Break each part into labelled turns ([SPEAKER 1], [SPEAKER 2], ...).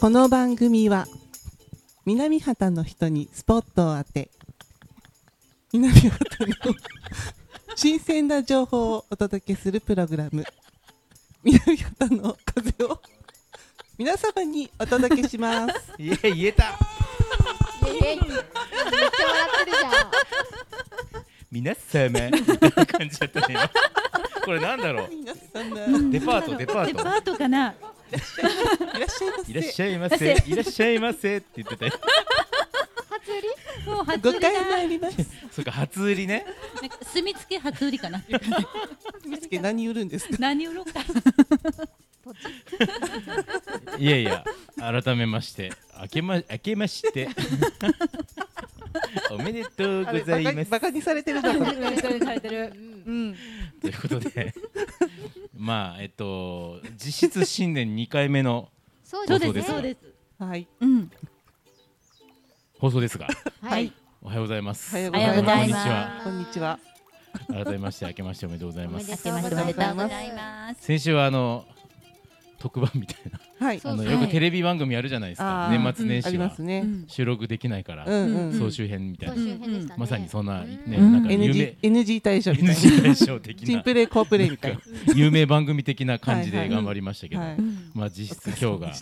[SPEAKER 1] この番組は南畑の人にスポットを当て南畑の 新鮮な情報をお届けするプログラム南畑の風を皆様にお届けします
[SPEAKER 2] いや言えた
[SPEAKER 3] イエイめっちゃ笑ってるじゃん。
[SPEAKER 2] 皆様みたいな感じだったね今これなんだろう
[SPEAKER 1] 皆様
[SPEAKER 2] デパートデパー
[SPEAKER 4] デパ
[SPEAKER 2] ト
[SPEAKER 4] ートかない
[SPEAKER 1] らっしゃいませ
[SPEAKER 2] いらっしゃいませいらっしゃいませって言ってたよ
[SPEAKER 3] 初売り？
[SPEAKER 4] もう初売
[SPEAKER 1] 5
[SPEAKER 4] りだ
[SPEAKER 1] 回参ります
[SPEAKER 2] そうか初売りね
[SPEAKER 4] なんか墨付き初売りかな
[SPEAKER 1] みつけ何売るんですか
[SPEAKER 4] 何売ろうか
[SPEAKER 2] いやいや改めまして明けま明けまして おめでとうございます
[SPEAKER 1] バカにされてるな
[SPEAKER 4] されてるうん
[SPEAKER 2] ということでまあえっと実質新年2回目の
[SPEAKER 3] そう
[SPEAKER 4] そう
[SPEAKER 3] で
[SPEAKER 4] ですす
[SPEAKER 3] ね。
[SPEAKER 4] そうです
[SPEAKER 1] はい
[SPEAKER 4] うん
[SPEAKER 2] 放送ですが
[SPEAKER 3] は
[SPEAKER 4] はいい。
[SPEAKER 2] おはようございます
[SPEAKER 1] おはよう
[SPEAKER 4] ございます
[SPEAKER 2] こんにちは
[SPEAKER 1] こんにちは
[SPEAKER 2] 改めまして明けましておめでとうございま
[SPEAKER 3] おめ
[SPEAKER 2] す
[SPEAKER 3] で
[SPEAKER 4] 明けましておめでとうございます
[SPEAKER 2] 先週はあの特番みたいな
[SPEAKER 1] はい
[SPEAKER 3] そう
[SPEAKER 2] あの
[SPEAKER 3] はい
[SPEAKER 2] よくテレビ番組やるじゃないですか
[SPEAKER 1] あー
[SPEAKER 2] 年末年
[SPEAKER 1] あ
[SPEAKER 2] 始
[SPEAKER 1] りま
[SPEAKER 2] は
[SPEAKER 1] す
[SPEAKER 4] う
[SPEAKER 1] ね
[SPEAKER 4] ん
[SPEAKER 2] 収録できないか
[SPEAKER 1] う
[SPEAKER 2] ら
[SPEAKER 1] んうん
[SPEAKER 2] 総集編みたい
[SPEAKER 3] 総
[SPEAKER 2] な
[SPEAKER 3] 集編でしたね。
[SPEAKER 2] まさにそんなね
[SPEAKER 3] うん
[SPEAKER 2] なんか有
[SPEAKER 1] NG
[SPEAKER 2] 名
[SPEAKER 1] NG 対象みたい
[SPEAKER 2] NG 対象的
[SPEAKER 1] なチン
[SPEAKER 2] な
[SPEAKER 1] プレイコープレイみたいな
[SPEAKER 2] 有名番組的な感
[SPEAKER 1] はい
[SPEAKER 2] じで
[SPEAKER 1] はい
[SPEAKER 2] 頑張りましたけど
[SPEAKER 1] はい
[SPEAKER 4] うん
[SPEAKER 2] まあ実質今日が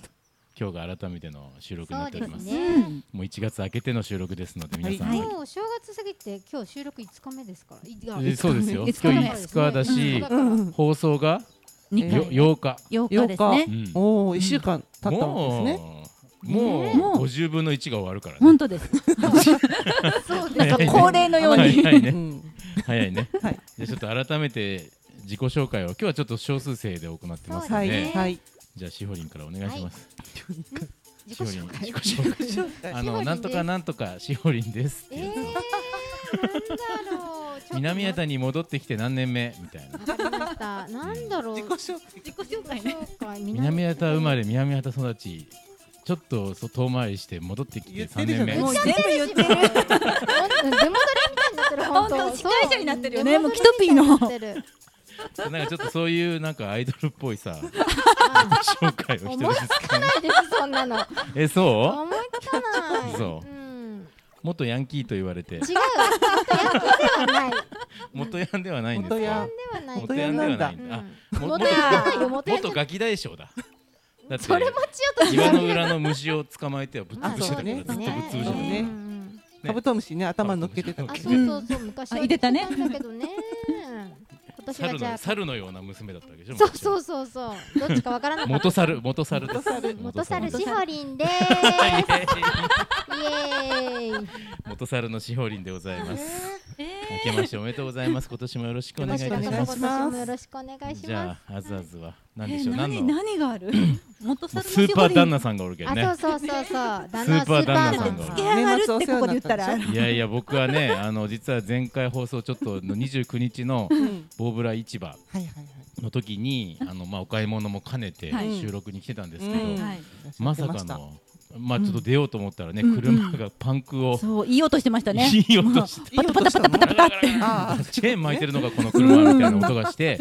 [SPEAKER 2] 今日が改めての収録になっておりま
[SPEAKER 3] そ
[SPEAKER 2] す
[SPEAKER 3] うですね
[SPEAKER 2] もう1月明けての収録ですので皆さん
[SPEAKER 1] はい
[SPEAKER 3] もう正月過ぎて今日収録5日目ですから。いや
[SPEAKER 2] えそうですよ
[SPEAKER 4] いつか
[SPEAKER 2] 今
[SPEAKER 4] ら
[SPEAKER 2] 日5日だし
[SPEAKER 3] うん
[SPEAKER 1] うん
[SPEAKER 2] 放送が
[SPEAKER 4] 二
[SPEAKER 2] よ
[SPEAKER 4] 回
[SPEAKER 2] 8日
[SPEAKER 4] 八日です
[SPEAKER 1] 八
[SPEAKER 4] ね
[SPEAKER 1] 日
[SPEAKER 2] うん
[SPEAKER 1] おお一週間経った
[SPEAKER 2] も
[SPEAKER 1] ん
[SPEAKER 2] う
[SPEAKER 1] ですね
[SPEAKER 2] も
[SPEAKER 4] も
[SPEAKER 2] う
[SPEAKER 4] う
[SPEAKER 2] 50分の1が終わるからね
[SPEAKER 4] 本当です
[SPEAKER 3] そう
[SPEAKER 2] な
[SPEAKER 3] で
[SPEAKER 2] ん
[SPEAKER 3] す。
[SPEAKER 2] か
[SPEAKER 4] 恒例のよう
[SPEAKER 2] 早い
[SPEAKER 4] に
[SPEAKER 2] 早いうね
[SPEAKER 1] ん
[SPEAKER 2] 早いね
[SPEAKER 1] はい
[SPEAKER 2] じゃあちょっと改めて自己紹介を今日はちょっと少数制で行ってますの
[SPEAKER 1] は
[SPEAKER 2] で、
[SPEAKER 1] いはい
[SPEAKER 2] じゃあしほりんからお願いします、
[SPEAKER 3] 自己紹介
[SPEAKER 2] し。ほりん自己紹介あ
[SPEAKER 3] しほりん
[SPEAKER 2] の
[SPEAKER 3] です
[SPEAKER 2] なんとかなんとかしほりんですって
[SPEAKER 3] え
[SPEAKER 2] いうや
[SPEAKER 3] ー
[SPEAKER 2] つを、
[SPEAKER 3] なんだろう。ちょっと
[SPEAKER 2] 南畑に戻ってきて何年目みたいな
[SPEAKER 3] わかりました。なんだろう。
[SPEAKER 1] 自己紹介
[SPEAKER 4] 自己紹介ね
[SPEAKER 3] 紹介。
[SPEAKER 2] 南畑生まれ南畑育ちちょっとそう遠回りして戻ってきて3年目
[SPEAKER 1] 言
[SPEAKER 4] も
[SPEAKER 1] っ
[SPEAKER 4] う
[SPEAKER 2] い
[SPEAKER 4] 全部言ってる
[SPEAKER 3] うん出戻りみたいになってる本
[SPEAKER 4] 本
[SPEAKER 3] 当。
[SPEAKER 4] 当司会者になってるよね
[SPEAKER 3] そう
[SPEAKER 4] もうキトピーの
[SPEAKER 3] 出戻りみたいになってる
[SPEAKER 2] なんかちょっとそういうなんかアイドルっぽいさ
[SPEAKER 3] あ
[SPEAKER 2] 紹介をしてるんですけど、ね、
[SPEAKER 3] ないですそんなの。
[SPEAKER 2] えそ
[SPEAKER 3] 思いつかない。
[SPEAKER 2] そうんう元ヤンキーと言われて
[SPEAKER 3] 違う。ヤンキーではない。
[SPEAKER 2] 元ヤンではないんです
[SPEAKER 1] 元ヤ
[SPEAKER 2] か
[SPEAKER 1] ン
[SPEAKER 3] ではない。
[SPEAKER 1] 元ヤンなんだ
[SPEAKER 2] 元
[SPEAKER 3] う
[SPEAKER 2] ヤンではないん
[SPEAKER 3] ん
[SPEAKER 2] だあも
[SPEAKER 3] 元ヤンじゃないよ元ヤンじ
[SPEAKER 2] 元
[SPEAKER 3] ゃない
[SPEAKER 2] ガキ大将だだって
[SPEAKER 3] それもちょっ
[SPEAKER 2] 岩
[SPEAKER 3] と
[SPEAKER 2] の
[SPEAKER 3] 違う。
[SPEAKER 2] 裏の虫を捕まえてはぶっ
[SPEAKER 3] まあ
[SPEAKER 2] 潰して
[SPEAKER 3] そ
[SPEAKER 2] たから
[SPEAKER 3] うで
[SPEAKER 2] ずっ
[SPEAKER 3] す
[SPEAKER 2] とぶっ
[SPEAKER 3] ね。
[SPEAKER 2] 潰してた
[SPEAKER 1] ね
[SPEAKER 3] うんうん
[SPEAKER 1] カブトムシね頭乗っけてた
[SPEAKER 2] うん
[SPEAKER 3] あ、
[SPEAKER 1] ね
[SPEAKER 3] そうそうそう昔は
[SPEAKER 4] あいてたね
[SPEAKER 3] んだけどね。今年は
[SPEAKER 2] 猿
[SPEAKER 3] じゃ
[SPEAKER 2] の
[SPEAKER 3] あ。
[SPEAKER 2] 猿のような娘だったわけでしょ
[SPEAKER 3] そうそううそうそう。どっちかわからなかっ
[SPEAKER 2] 元猿元猿です
[SPEAKER 3] た。元猿
[SPEAKER 2] です
[SPEAKER 3] しほりんで
[SPEAKER 2] はいイエー
[SPEAKER 3] ー
[SPEAKER 2] イ
[SPEAKER 3] す。イエーイ。
[SPEAKER 2] 元猿のしほりんでございます
[SPEAKER 4] え
[SPEAKER 2] 明けましておめでとうございます今年もよろしくお願いいたし
[SPEAKER 1] よ
[SPEAKER 2] ま
[SPEAKER 1] ろしくお願いしますす
[SPEAKER 3] 今年もよろしくお願いし
[SPEAKER 2] じ
[SPEAKER 3] ま
[SPEAKER 2] ゃああずあずは何でし
[SPEAKER 4] ー
[SPEAKER 2] ょう
[SPEAKER 4] 何
[SPEAKER 2] 何の
[SPEAKER 4] 何がある元
[SPEAKER 2] もう
[SPEAKER 4] 猿の
[SPEAKER 2] スーパー旦那
[SPEAKER 4] し
[SPEAKER 2] さんがおるけ
[SPEAKER 3] す。
[SPEAKER 2] どね
[SPEAKER 3] あ、そうそうそうそう。旦那
[SPEAKER 2] スーパー旦那さ
[SPEAKER 3] スーパ
[SPEAKER 2] んが
[SPEAKER 3] ーマン
[SPEAKER 4] ほりん付き上がるってここで言ったら
[SPEAKER 1] 年
[SPEAKER 2] いやいや僕はねあの実は前回放送ちょっとの29日の
[SPEAKER 1] うん
[SPEAKER 2] ボブラ市場
[SPEAKER 1] はいはいはい
[SPEAKER 2] の時にあのまあお買い物も兼ねて
[SPEAKER 4] はい
[SPEAKER 2] 収録に来てたんですけど、
[SPEAKER 1] うん
[SPEAKER 4] はい
[SPEAKER 2] まさ
[SPEAKER 1] 出
[SPEAKER 2] か
[SPEAKER 1] した
[SPEAKER 2] のまあちょっと出ようと思ったらね、
[SPEAKER 4] うん
[SPEAKER 2] 車がパンクを
[SPEAKER 4] そういい音してましたね
[SPEAKER 2] いい音して
[SPEAKER 1] いい音したの
[SPEAKER 2] ガラガラガラガ
[SPEAKER 1] あ
[SPEAKER 2] ラチェーン巻いてるのがこの車みたいな音がして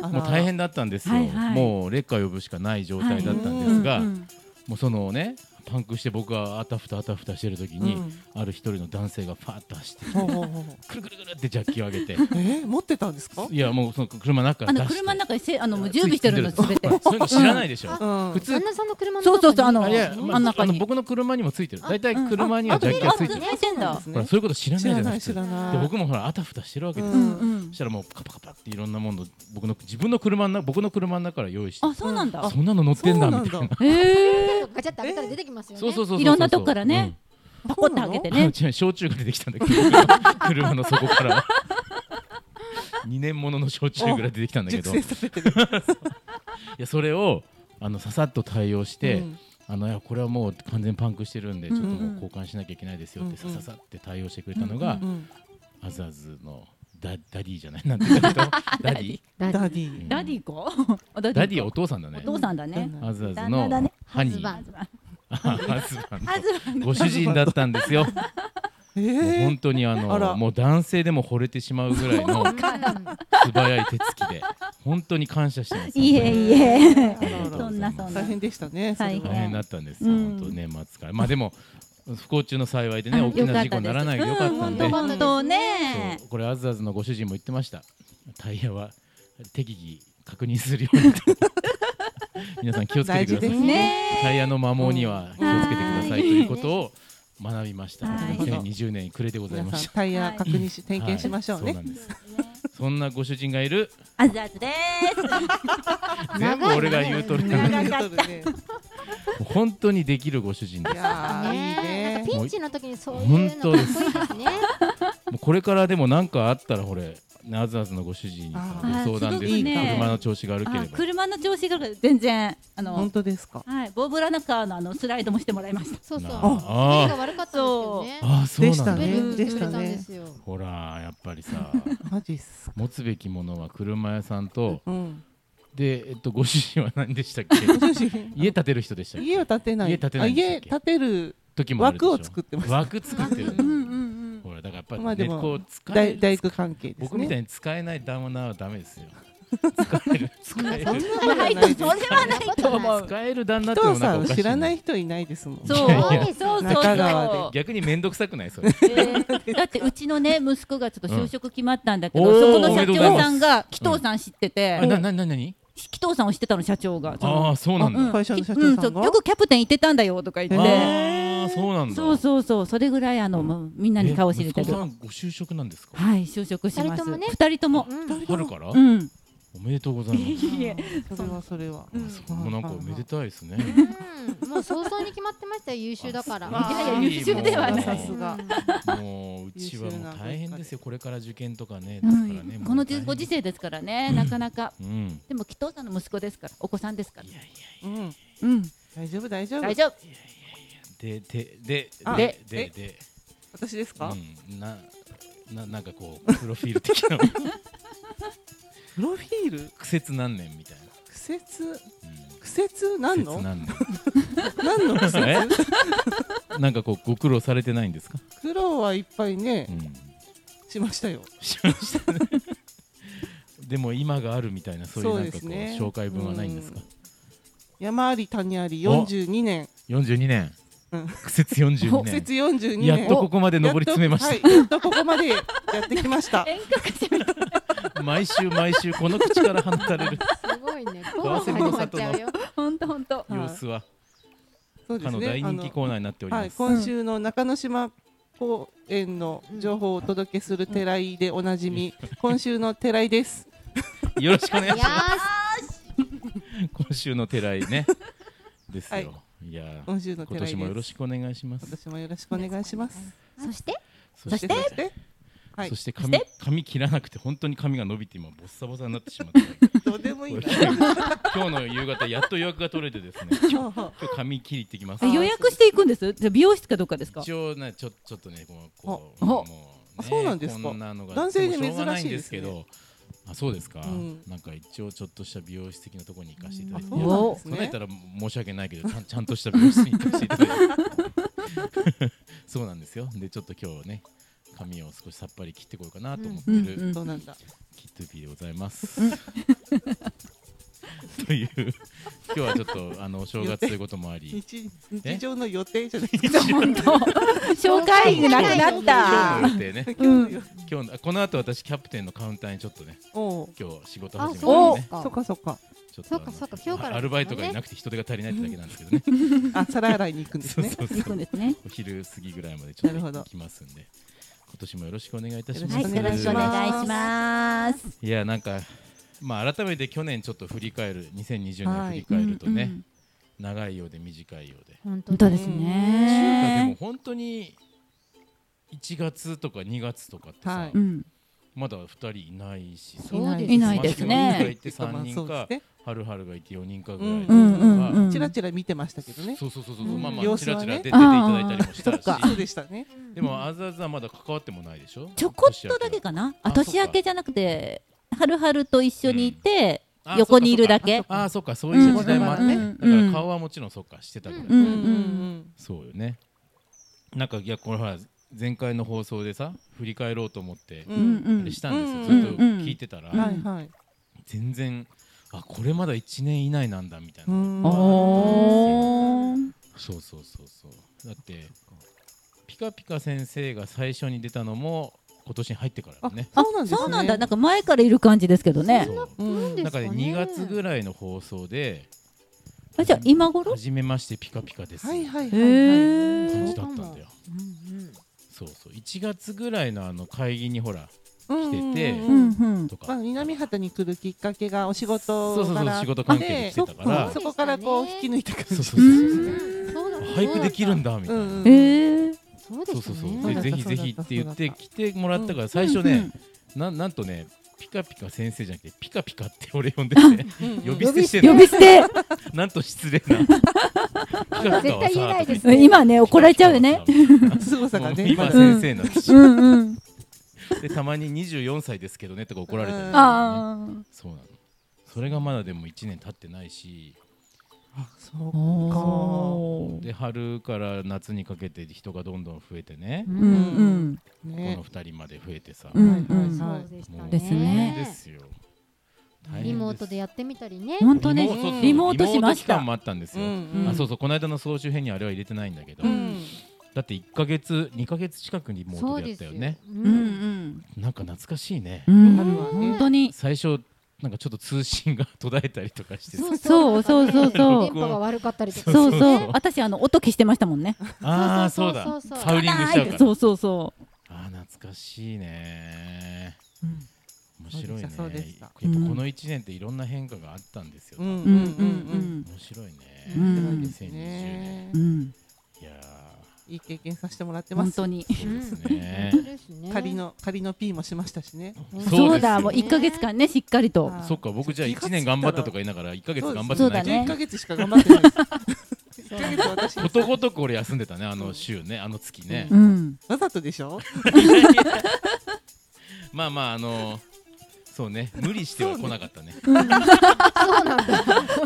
[SPEAKER 1] あ
[SPEAKER 2] もう大変だったんですよ、
[SPEAKER 4] はいはい
[SPEAKER 2] もうレッカー呼ぶしかない状態だったんですが、
[SPEAKER 4] うんうん
[SPEAKER 2] もうそのねパンクして僕があたふたあたふたしてる時に、ある一人の男性がファーッと走って
[SPEAKER 1] ほうほうほうほう
[SPEAKER 2] くるくるくるってジャッキを上げて
[SPEAKER 1] えー持ってたんですか
[SPEAKER 2] いやもうその車の中か
[SPEAKER 4] あ
[SPEAKER 2] ら
[SPEAKER 4] の
[SPEAKER 2] 出して
[SPEAKER 4] 車の中にせあのもう準備してるのすべて
[SPEAKER 2] ほらそういうの知らないでしょ、
[SPEAKER 3] うん
[SPEAKER 1] うん
[SPEAKER 2] 普通
[SPEAKER 3] 旦那さんの車の中
[SPEAKER 4] そ
[SPEAKER 3] に
[SPEAKER 4] うそうそうあの
[SPEAKER 2] あいや、まあ、
[SPEAKER 4] あ
[SPEAKER 2] あ
[SPEAKER 4] ん中
[SPEAKER 2] の
[SPEAKER 4] に
[SPEAKER 2] 僕の車にもついてる大体
[SPEAKER 4] うん
[SPEAKER 2] 車にはジャッキが
[SPEAKER 4] あ
[SPEAKER 2] ついてる、
[SPEAKER 4] ついてんだ
[SPEAKER 2] ほらそういうこと知らない
[SPEAKER 1] 知
[SPEAKER 2] じゃ
[SPEAKER 1] ら
[SPEAKER 2] な
[SPEAKER 1] ないい
[SPEAKER 2] です
[SPEAKER 1] 知
[SPEAKER 2] から
[SPEAKER 1] ない
[SPEAKER 2] で僕もほらあたふたしてるわけです、
[SPEAKER 1] う
[SPEAKER 2] よ
[SPEAKER 4] うんうん
[SPEAKER 2] そしたらもうカパカパっていろんなもの僕の自分の車の中僕の車の中から用意して
[SPEAKER 4] あそうなんだ
[SPEAKER 2] そんなの乗ってんだ
[SPEAKER 1] そうなんだ
[SPEAKER 2] みたいな
[SPEAKER 4] へえ
[SPEAKER 3] ガチャって開けたら出てきますよね。
[SPEAKER 2] そうそうそうそうそう
[SPEAKER 4] いろんなとこからねパコっ
[SPEAKER 1] そう
[SPEAKER 4] て
[SPEAKER 1] な
[SPEAKER 4] 開
[SPEAKER 1] の
[SPEAKER 4] けて
[SPEAKER 2] うんあ
[SPEAKER 4] ね
[SPEAKER 2] 違う焼酎が出てきたんだけど車の底から2年ものの焼酎ぐらい出てきたんだけ
[SPEAKER 1] 熟成
[SPEAKER 2] ど
[SPEAKER 1] さ
[SPEAKER 2] い
[SPEAKER 1] れてる
[SPEAKER 2] やそれをあのささっと対応して、
[SPEAKER 1] うん
[SPEAKER 2] あのいやこれはもう完全パンクしてるんで、
[SPEAKER 1] うん
[SPEAKER 2] ちょっと
[SPEAKER 1] うん
[SPEAKER 2] もう交換しなきゃいけないですよって、
[SPEAKER 1] うんうん
[SPEAKER 2] さささって対応してくれたのが、
[SPEAKER 1] うん
[SPEAKER 2] アズアズのダダディじゃないなんて言うんだけどダディ
[SPEAKER 3] ダディ
[SPEAKER 1] ダディ
[SPEAKER 2] うん
[SPEAKER 4] ダディかあダ
[SPEAKER 2] ダディお
[SPEAKER 4] お
[SPEAKER 2] 父さんだね
[SPEAKER 4] 父さんだね
[SPEAKER 2] アズアズ
[SPEAKER 4] 旦那だ
[SPEAKER 2] の
[SPEAKER 4] ね
[SPEAKER 2] ハニ
[SPEAKER 3] ハズバ
[SPEAKER 2] ー あ
[SPEAKER 4] ハ
[SPEAKER 3] ン
[SPEAKER 2] ハズバンド
[SPEAKER 4] ズバンド
[SPEAKER 2] ご主人だったんですよ
[SPEAKER 1] え
[SPEAKER 2] もう
[SPEAKER 1] え
[SPEAKER 2] 本当にあ
[SPEAKER 1] あら
[SPEAKER 2] のもう男性でも惚れてしまうぐらいの素早い手つきで本当に感謝してます。
[SPEAKER 4] いえいえ。
[SPEAKER 1] あらあら
[SPEAKER 4] そんなそんな
[SPEAKER 1] 大。変でしたね。それは
[SPEAKER 4] 大
[SPEAKER 2] 大変だったんですよ、
[SPEAKER 4] うん
[SPEAKER 2] 本当年末からまあでも不幸中の幸いでね
[SPEAKER 4] あ
[SPEAKER 2] 大きな事故にならないでよかったんで、
[SPEAKER 4] うん
[SPEAKER 2] そ
[SPEAKER 4] 本当本当ね。
[SPEAKER 2] うこれあずあずのご主人も言ってましたタイヤは適宜確認するよ うにと皆さん気をつけてくだ
[SPEAKER 1] 大事
[SPEAKER 2] さ
[SPEAKER 1] で
[SPEAKER 2] い、
[SPEAKER 1] す
[SPEAKER 4] ね
[SPEAKER 2] タイヤの摩耗には気をつけてくださいということを学びました
[SPEAKER 4] はい
[SPEAKER 2] 2020年に暮れでござい
[SPEAKER 1] 皆
[SPEAKER 2] ま
[SPEAKER 1] さ
[SPEAKER 2] し
[SPEAKER 1] ん
[SPEAKER 2] た
[SPEAKER 1] タイヤ確認し点検しましょうね。
[SPEAKER 2] はいそうなんですそんなご主人がいる
[SPEAKER 4] あずあずです。
[SPEAKER 2] 全部俺が言うとる
[SPEAKER 1] 長かったね。
[SPEAKER 2] 本当にできるご主人で
[SPEAKER 1] い
[SPEAKER 2] す
[SPEAKER 1] やーいい
[SPEAKER 3] ね
[SPEAKER 1] ね。
[SPEAKER 3] ピンチの時にそういうのかっこいいですね。
[SPEAKER 2] もうこれからでも何かあったらこれなずなずのご主人に
[SPEAKER 1] あ
[SPEAKER 2] ご
[SPEAKER 1] ー
[SPEAKER 2] 相談です
[SPEAKER 1] あーすごくね
[SPEAKER 2] 車の調子が悪けれ
[SPEAKER 4] あ
[SPEAKER 2] ば
[SPEAKER 4] 車の調子が全然あ
[SPEAKER 1] 本
[SPEAKER 4] の
[SPEAKER 1] 当ですか。
[SPEAKER 4] はいボーブラナカーのあのスライドもしてもらいました。
[SPEAKER 3] そうそう。
[SPEAKER 2] な
[SPEAKER 3] 目が
[SPEAKER 2] あ
[SPEAKER 3] 悪かったんですよね。
[SPEAKER 2] ああそうな
[SPEAKER 1] で
[SPEAKER 2] んだ、
[SPEAKER 1] したね
[SPEAKER 3] 滑る
[SPEAKER 1] でしたね
[SPEAKER 3] 滑れたんですよ
[SPEAKER 2] ほらやっぱりさ
[SPEAKER 1] マジっす。
[SPEAKER 2] 持つべきものは車屋さんと
[SPEAKER 1] うん。
[SPEAKER 2] でえっとご主人は何 でしたっけ家建てる人でしたっけ
[SPEAKER 1] 家を建てない。
[SPEAKER 2] 家建てない
[SPEAKER 1] あ
[SPEAKER 2] んでしたっ
[SPEAKER 1] 家
[SPEAKER 2] け
[SPEAKER 1] 建てる
[SPEAKER 2] 時もあるでしょ
[SPEAKER 1] 枠を作ってます。
[SPEAKER 2] 枠作ってる
[SPEAKER 4] うん
[SPEAKER 2] ほらだからやっぱり、ね
[SPEAKER 1] まあでも
[SPEAKER 2] こう使え
[SPEAKER 1] 大大工関係ですね。
[SPEAKER 2] 僕みたいに使えない旦那はダメですよ使える使える
[SPEAKER 4] うん。ないとそれはないと思う。
[SPEAKER 2] 使える旦那って
[SPEAKER 1] 父
[SPEAKER 2] のもな
[SPEAKER 1] さ
[SPEAKER 2] んか
[SPEAKER 1] ん
[SPEAKER 2] おかしい
[SPEAKER 1] 知らない人いないですもん。
[SPEAKER 4] そう
[SPEAKER 2] いやいや
[SPEAKER 4] そうそうそう。
[SPEAKER 1] 中川
[SPEAKER 2] 逆に面倒くさくないそれ
[SPEAKER 4] えーだってうちのね息子がちょっと就職決まったんだけど、
[SPEAKER 2] うんおー
[SPEAKER 4] そこの社長さんが
[SPEAKER 2] とう
[SPEAKER 4] 紀
[SPEAKER 2] ございます
[SPEAKER 4] 藤さん知ってて、
[SPEAKER 2] あななななに
[SPEAKER 4] 紀藤さんを知ってたの社長が。その
[SPEAKER 2] ああそうなんだ、
[SPEAKER 4] うん
[SPEAKER 1] 会社の社長
[SPEAKER 4] う
[SPEAKER 1] さん
[SPEAKER 4] ん
[SPEAKER 1] が
[SPEAKER 4] そうよくキャプテン行ってたんだよとか言って。
[SPEAKER 2] ああそうなんだ
[SPEAKER 4] そうそうそうそれぐらいあのもうみんなに顔知れて
[SPEAKER 2] え息
[SPEAKER 4] る
[SPEAKER 2] 子。さんご就職なんですか
[SPEAKER 4] はい就職し
[SPEAKER 3] 二
[SPEAKER 4] ま
[SPEAKER 3] 人
[SPEAKER 4] す。
[SPEAKER 3] ともね
[SPEAKER 4] 二人とも。
[SPEAKER 3] うん
[SPEAKER 2] 春から、
[SPEAKER 4] うん。
[SPEAKER 2] おめでとうございます
[SPEAKER 4] いえ
[SPEAKER 1] それはそれは。
[SPEAKER 2] そもうなんかおめでたいですね
[SPEAKER 3] うんもう早々に決まってましたよ優秀だから。
[SPEAKER 2] あ
[SPEAKER 4] いやいや優秀ではない
[SPEAKER 2] もう
[SPEAKER 1] さすが。
[SPEAKER 2] もううちはもう大変ですよこれから受験とかね
[SPEAKER 4] う
[SPEAKER 2] ですからね
[SPEAKER 4] ん、このじご時世ですからね、なかなか。
[SPEAKER 2] うん
[SPEAKER 4] でも紀藤さんの息子ですから、お子さんですから。
[SPEAKER 1] うん。
[SPEAKER 4] うん、
[SPEAKER 1] 大丈夫大丈夫。
[SPEAKER 4] 大丈夫。
[SPEAKER 2] ででで
[SPEAKER 1] あ
[SPEAKER 2] で
[SPEAKER 1] え
[SPEAKER 2] でで
[SPEAKER 1] 私ですか。
[SPEAKER 2] うんなななんかこうプロフィール的な
[SPEAKER 1] プロフィール
[SPEAKER 2] 苦節何年みたいな
[SPEAKER 1] 苦節
[SPEAKER 2] うん
[SPEAKER 1] 苦節なん
[SPEAKER 2] 苦節
[SPEAKER 1] の
[SPEAKER 2] 何年
[SPEAKER 1] 何の苦節
[SPEAKER 2] え なんかこうご苦労されてないんですか、
[SPEAKER 1] 苦労はいっぱいね
[SPEAKER 2] うん
[SPEAKER 1] しましたよ。
[SPEAKER 2] しましたねでも今があるみたいなそういう
[SPEAKER 1] そう
[SPEAKER 2] なん
[SPEAKER 1] で
[SPEAKER 2] かこ
[SPEAKER 1] す
[SPEAKER 2] う
[SPEAKER 1] ね
[SPEAKER 2] 紹介文はないんですか、
[SPEAKER 1] 山あり谷あり42年。
[SPEAKER 2] 42年、
[SPEAKER 1] うん
[SPEAKER 2] 苦節42
[SPEAKER 1] 苦節
[SPEAKER 2] 年
[SPEAKER 1] 42年。
[SPEAKER 2] やっとここまで上り詰めました、
[SPEAKER 1] やっとはい、やっとここまでやってきま した。
[SPEAKER 4] 遠隔者みたい
[SPEAKER 2] 毎週毎週この口から放た れる
[SPEAKER 3] すごいね。後半始まっちゃうよ。
[SPEAKER 4] ほんとほんと。
[SPEAKER 1] はい
[SPEAKER 2] 様子は
[SPEAKER 1] そうで
[SPEAKER 2] か
[SPEAKER 1] す
[SPEAKER 2] の
[SPEAKER 1] ね。
[SPEAKER 2] 大人気コーナーになっており
[SPEAKER 1] は
[SPEAKER 2] ま
[SPEAKER 1] い、
[SPEAKER 2] す、
[SPEAKER 1] 今週の中之島公園の情報をお届けする寺井でおなじ み、今週の寺井です。
[SPEAKER 2] よろしくお願い
[SPEAKER 3] いや
[SPEAKER 2] しま
[SPEAKER 3] ー
[SPEAKER 2] す今週の寺井 ねですよ、
[SPEAKER 1] はい
[SPEAKER 2] い、やー
[SPEAKER 1] 今週の
[SPEAKER 2] 今
[SPEAKER 1] 寺井です。
[SPEAKER 2] 年もよろしくお願いします
[SPEAKER 1] 今年もよろしくお願いします。
[SPEAKER 4] そして、
[SPEAKER 2] そして
[SPEAKER 1] そしてはい
[SPEAKER 2] そして髪髪切らなくて本当に髪が伸びて今ボッサボサになってしまって
[SPEAKER 1] どうで もいい な。
[SPEAKER 2] 今日の夕方やっと予約が取れてです ね今
[SPEAKER 1] 今日
[SPEAKER 2] 日髪切り行ってきます
[SPEAKER 4] 予約していくんです。じゃあ美容室かどっかですか。
[SPEAKER 2] 一応ねちょちょっとねこうこう
[SPEAKER 4] あ
[SPEAKER 2] もう
[SPEAKER 1] あそうなんですか
[SPEAKER 2] こなのが
[SPEAKER 1] 男性に珍しい
[SPEAKER 2] もうょうがなですけ
[SPEAKER 1] です
[SPEAKER 2] どあそうですか、
[SPEAKER 1] うん
[SPEAKER 2] なんか一応ちょっとした美容室的なところに行かせていただいて
[SPEAKER 1] そうなんです
[SPEAKER 2] それやっ
[SPEAKER 1] ね
[SPEAKER 2] た。ら申し訳ないけどちゃんちゃんとした美容室に行かせていただいてそうなんですよでちょっと今日はね髪を少しさっぱり切ってこようかなと思ってる、
[SPEAKER 4] うんうん
[SPEAKER 1] そうなんだ。
[SPEAKER 2] キットゥピーでございます。という今日はちょっとあのお正月ということもあり、
[SPEAKER 1] 日日常の予定じゃないですか。
[SPEAKER 4] 本当。紹介なくな
[SPEAKER 2] 今
[SPEAKER 4] っ
[SPEAKER 2] 日の
[SPEAKER 4] た。
[SPEAKER 2] 予定ね、
[SPEAKER 1] 今日の予定
[SPEAKER 2] 今日のあこの後私キャプテンのカウンターにちょっとね、
[SPEAKER 1] おう
[SPEAKER 2] 今日仕事始
[SPEAKER 3] あ
[SPEAKER 2] めた
[SPEAKER 3] そ
[SPEAKER 2] ん
[SPEAKER 3] う
[SPEAKER 2] で
[SPEAKER 3] で
[SPEAKER 2] ね
[SPEAKER 1] そっ。
[SPEAKER 3] す、か
[SPEAKER 1] かそっか。
[SPEAKER 2] ちょっとあの
[SPEAKER 3] そうかそうか今日からですもんね
[SPEAKER 2] アルバイトがいなくて人手が足りないってだけなんですけどね、
[SPEAKER 1] あ、皿洗いに行くんです
[SPEAKER 2] そう
[SPEAKER 1] ね。
[SPEAKER 2] そう
[SPEAKER 4] 行
[SPEAKER 2] そ
[SPEAKER 4] くん
[SPEAKER 2] う
[SPEAKER 4] ですね。
[SPEAKER 2] お昼過ぎぐらいまでちょっと行きますんで。今年もよろしくお願いいたします。
[SPEAKER 1] はいよろしくお願いし
[SPEAKER 4] ます。
[SPEAKER 2] いやなんかまあ改めて去年ちょっと振り返る2020年
[SPEAKER 1] は
[SPEAKER 2] 振
[SPEAKER 1] い
[SPEAKER 2] り返るとね、
[SPEAKER 4] うんうん
[SPEAKER 2] 長いようで短いようで
[SPEAKER 3] 本
[SPEAKER 4] 本
[SPEAKER 3] 当
[SPEAKER 4] 当
[SPEAKER 3] だ
[SPEAKER 4] です
[SPEAKER 2] 中華でも
[SPEAKER 4] ね。
[SPEAKER 2] 本当に1月とか2月とかってさ、
[SPEAKER 1] はい
[SPEAKER 4] うん。
[SPEAKER 2] まだ2人いないしさ
[SPEAKER 3] そうです
[SPEAKER 4] いないです
[SPEAKER 2] マシュマロが
[SPEAKER 4] ね。
[SPEAKER 2] いて3人か
[SPEAKER 1] まあそうですね
[SPEAKER 2] はるはるがいて4人かぐらいだった
[SPEAKER 4] う
[SPEAKER 2] の
[SPEAKER 4] ん
[SPEAKER 2] が
[SPEAKER 4] うんうん。
[SPEAKER 1] チラチラ見てましたけどね。
[SPEAKER 2] そうそうそうそう、
[SPEAKER 1] うん
[SPEAKER 2] まあま
[SPEAKER 1] 様
[SPEAKER 2] あち
[SPEAKER 1] 子
[SPEAKER 2] ら
[SPEAKER 1] はね
[SPEAKER 2] ちら出ていただいたりもしたし
[SPEAKER 4] あー
[SPEAKER 1] そうでしたね。
[SPEAKER 2] でもあずあずはまだ関わってもないでしょ
[SPEAKER 4] ちょこっとだけかな。あ
[SPEAKER 2] あそっか
[SPEAKER 4] 年明けじゃなくて、はるはると一緒にいて、
[SPEAKER 2] あ
[SPEAKER 4] 横にいるだけ。
[SPEAKER 2] あーそうかそうかあーそうかそういう時代もあってね、
[SPEAKER 4] うん
[SPEAKER 2] だから顔はもちろんそうかしてたぐらい、
[SPEAKER 4] うんう
[SPEAKER 1] うん
[SPEAKER 4] ん。
[SPEAKER 2] そうよねなんかいやこれほら前回の放送でさ振り返ろうと思って、
[SPEAKER 1] う
[SPEAKER 4] うん
[SPEAKER 1] ん
[SPEAKER 4] う
[SPEAKER 2] あれ
[SPEAKER 4] ん。
[SPEAKER 2] したんですよ、
[SPEAKER 1] うん
[SPEAKER 2] ずっと聞いてたら、
[SPEAKER 4] うん
[SPEAKER 1] はいはい。
[SPEAKER 2] 全然あこれまだ1年以内なんだみたいうな、
[SPEAKER 1] ん
[SPEAKER 4] おー。
[SPEAKER 2] そうそうそうそうだってピカピカ先生が最初に出たのも今年に入ってからだね
[SPEAKER 1] あ
[SPEAKER 4] あ
[SPEAKER 1] そうなんですね
[SPEAKER 4] そうなんだ。なんか前からいる感じですけどね。
[SPEAKER 2] そう
[SPEAKER 1] うん
[SPEAKER 3] で
[SPEAKER 2] なん
[SPEAKER 3] す
[SPEAKER 2] か
[SPEAKER 3] かね
[SPEAKER 2] ね2月ぐらいの放送で
[SPEAKER 4] あじゃあ今頃？
[SPEAKER 2] 初めましてピカピカです
[SPEAKER 1] はいはいはいはい。
[SPEAKER 4] へー
[SPEAKER 1] そ
[SPEAKER 2] 感じ
[SPEAKER 1] う
[SPEAKER 2] だ
[SPEAKER 1] か
[SPEAKER 2] っ
[SPEAKER 1] も
[SPEAKER 2] たんだよ。そうそう1月ぐらいのあの会議にほら
[SPEAKER 1] うんうんうん
[SPEAKER 2] 来てて
[SPEAKER 4] うんうん。
[SPEAKER 2] とか
[SPEAKER 1] まあ、南畑に来るきっかけがお仕事
[SPEAKER 2] そうそうそう
[SPEAKER 1] 柄
[SPEAKER 2] 仕事関係で来てたから
[SPEAKER 1] でそこからこう引き抜いた感じ
[SPEAKER 2] そうそうそう
[SPEAKER 4] う
[SPEAKER 2] そう
[SPEAKER 4] ーん。
[SPEAKER 3] そうだ
[SPEAKER 2] 俳句できるんだみたいな、
[SPEAKER 1] うんうん
[SPEAKER 4] えー。
[SPEAKER 3] そうで
[SPEAKER 2] そう
[SPEAKER 3] した
[SPEAKER 2] そう
[SPEAKER 3] ね
[SPEAKER 2] そう
[SPEAKER 1] そう
[SPEAKER 2] で
[SPEAKER 1] だった
[SPEAKER 2] ぜひぜひって言って来てもらったから最初ね、なんなんとねピカピカ先生じゃなくてピカピカって俺呼ん でて呼び捨てして
[SPEAKER 4] うん。
[SPEAKER 2] る
[SPEAKER 4] 呼び捨て。
[SPEAKER 2] なんと失礼なピカピカはさ
[SPEAKER 3] 絶対言えないです
[SPEAKER 4] うん今ね怒られちゃうよね。
[SPEAKER 1] 凄さがね
[SPEAKER 2] 今
[SPEAKER 1] まだ
[SPEAKER 2] 先 生になってし
[SPEAKER 4] うんうん。
[SPEAKER 2] でたまに24歳ですけどねとか怒られたりとかね
[SPEAKER 4] ああ。
[SPEAKER 2] そうなのそれがまだでも1年経ってないし
[SPEAKER 1] あそうか
[SPEAKER 4] おー
[SPEAKER 2] で春から夏にかけて人がどんどん増えてね
[SPEAKER 4] う、
[SPEAKER 3] ん
[SPEAKER 4] んうん。
[SPEAKER 2] こ
[SPEAKER 1] ね
[SPEAKER 2] の2人まで増えてさ、
[SPEAKER 4] うん
[SPEAKER 1] うん
[SPEAKER 3] そうでした
[SPEAKER 2] もう
[SPEAKER 3] ね
[SPEAKER 4] ですね
[SPEAKER 2] 大変ですよ大変
[SPEAKER 3] リモートでやってみたりね
[SPEAKER 4] 本当ね
[SPEAKER 2] リモートそうそう
[SPEAKER 4] リモートしま
[SPEAKER 2] リモート期
[SPEAKER 4] し
[SPEAKER 2] 間
[SPEAKER 4] た。
[SPEAKER 2] もあったんですよ、
[SPEAKER 1] うん
[SPEAKER 2] あそうそうこの間の総集編にあれは入れてないんだけど、
[SPEAKER 1] うん
[SPEAKER 2] だって1か月2か月近くリモートでやったよね
[SPEAKER 3] そうで
[SPEAKER 4] う
[SPEAKER 3] すよ
[SPEAKER 4] んうん。
[SPEAKER 2] なんか懐かしいね、
[SPEAKER 4] うん
[SPEAKER 1] あるわね
[SPEAKER 4] 本当に。
[SPEAKER 2] 最初なんかちょっと通信が途絶えたりとかしてさ
[SPEAKER 4] そうそうそうそう
[SPEAKER 3] 電波が悪かったりとか
[SPEAKER 4] そう
[SPEAKER 2] そうそ
[SPEAKER 4] そうう。私あの音消してましたもん ね。
[SPEAKER 2] ああそ
[SPEAKER 3] そううそう
[SPEAKER 2] だ
[SPEAKER 3] そうそう
[SPEAKER 2] ハウリングしちゃうから
[SPEAKER 4] そうそうそ
[SPEAKER 2] あー懐かしいね
[SPEAKER 4] う。
[SPEAKER 2] 面白いね
[SPEAKER 1] そうでした
[SPEAKER 2] やっぱこの1年っていろんな変化があったんですよ、
[SPEAKER 1] うん
[SPEAKER 2] 面
[SPEAKER 4] う
[SPEAKER 1] うんん
[SPEAKER 4] うん
[SPEAKER 2] 白いね、
[SPEAKER 1] う
[SPEAKER 4] うん
[SPEAKER 1] ん
[SPEAKER 4] うん
[SPEAKER 1] そうですね
[SPEAKER 2] 2020
[SPEAKER 4] うん。うん。
[SPEAKER 2] いや
[SPEAKER 1] いい経験させてもらってま
[SPEAKER 4] 本
[SPEAKER 1] す
[SPEAKER 4] 当に。
[SPEAKER 2] ーそうですね
[SPEAKER 3] 本当ですね
[SPEAKER 1] 仮の仮の P もしましたしね
[SPEAKER 2] そうですよ
[SPEAKER 4] そうだもう一ヶ月間ねしっかりと。
[SPEAKER 2] そっか僕じゃあ1年頑張ったとか言いながら1ヶ月頑張っ
[SPEAKER 4] そ
[SPEAKER 2] て
[SPEAKER 4] う
[SPEAKER 2] な
[SPEAKER 4] だ
[SPEAKER 2] い
[SPEAKER 4] ね
[SPEAKER 1] 1ヶ月しか頑張ってないです一ヶ月私
[SPEAKER 2] ことごとく俺休んでたねあの週ねあの月ね、
[SPEAKER 4] うん。
[SPEAKER 1] わざとでしょ
[SPEAKER 2] まあまああのそうね無理しては来なかったね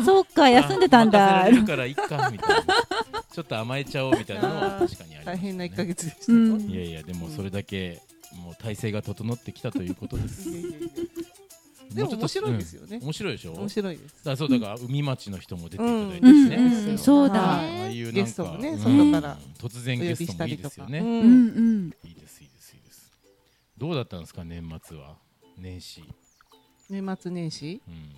[SPEAKER 4] そうか休んでたん
[SPEAKER 2] あ
[SPEAKER 4] だ。
[SPEAKER 2] 任せられるからいっかみたいなちょっと甘えちゃおうみたいなのは確かにあります、ね、
[SPEAKER 1] 大変な一ヶ月でした
[SPEAKER 4] う
[SPEAKER 1] よ
[SPEAKER 4] ん
[SPEAKER 2] いやいやでもそれだけもう体制が整ってきたということです
[SPEAKER 1] いやいやいや でも
[SPEAKER 2] うちょっと
[SPEAKER 1] 面白いですよね
[SPEAKER 2] うん面白いでしょ
[SPEAKER 1] 面白いです
[SPEAKER 2] だそうだから海町の人も出ていただいて
[SPEAKER 4] う
[SPEAKER 2] し
[SPEAKER 4] ん
[SPEAKER 2] ね、
[SPEAKER 4] うん。そうだ。
[SPEAKER 2] ああいうなんか
[SPEAKER 1] ゲストもね
[SPEAKER 2] うん
[SPEAKER 1] 外から
[SPEAKER 2] 突然
[SPEAKER 1] お
[SPEAKER 2] ゲ
[SPEAKER 1] 呼
[SPEAKER 2] ス
[SPEAKER 1] び
[SPEAKER 2] ト
[SPEAKER 1] した
[SPEAKER 2] もい
[SPEAKER 1] り
[SPEAKER 2] いで
[SPEAKER 1] と
[SPEAKER 2] す
[SPEAKER 1] か
[SPEAKER 2] よ
[SPEAKER 1] う
[SPEAKER 2] ね、
[SPEAKER 4] うんん
[SPEAKER 2] いいですいいですいいですどうだったんですか年末は年始、
[SPEAKER 1] 年末年始
[SPEAKER 2] うん、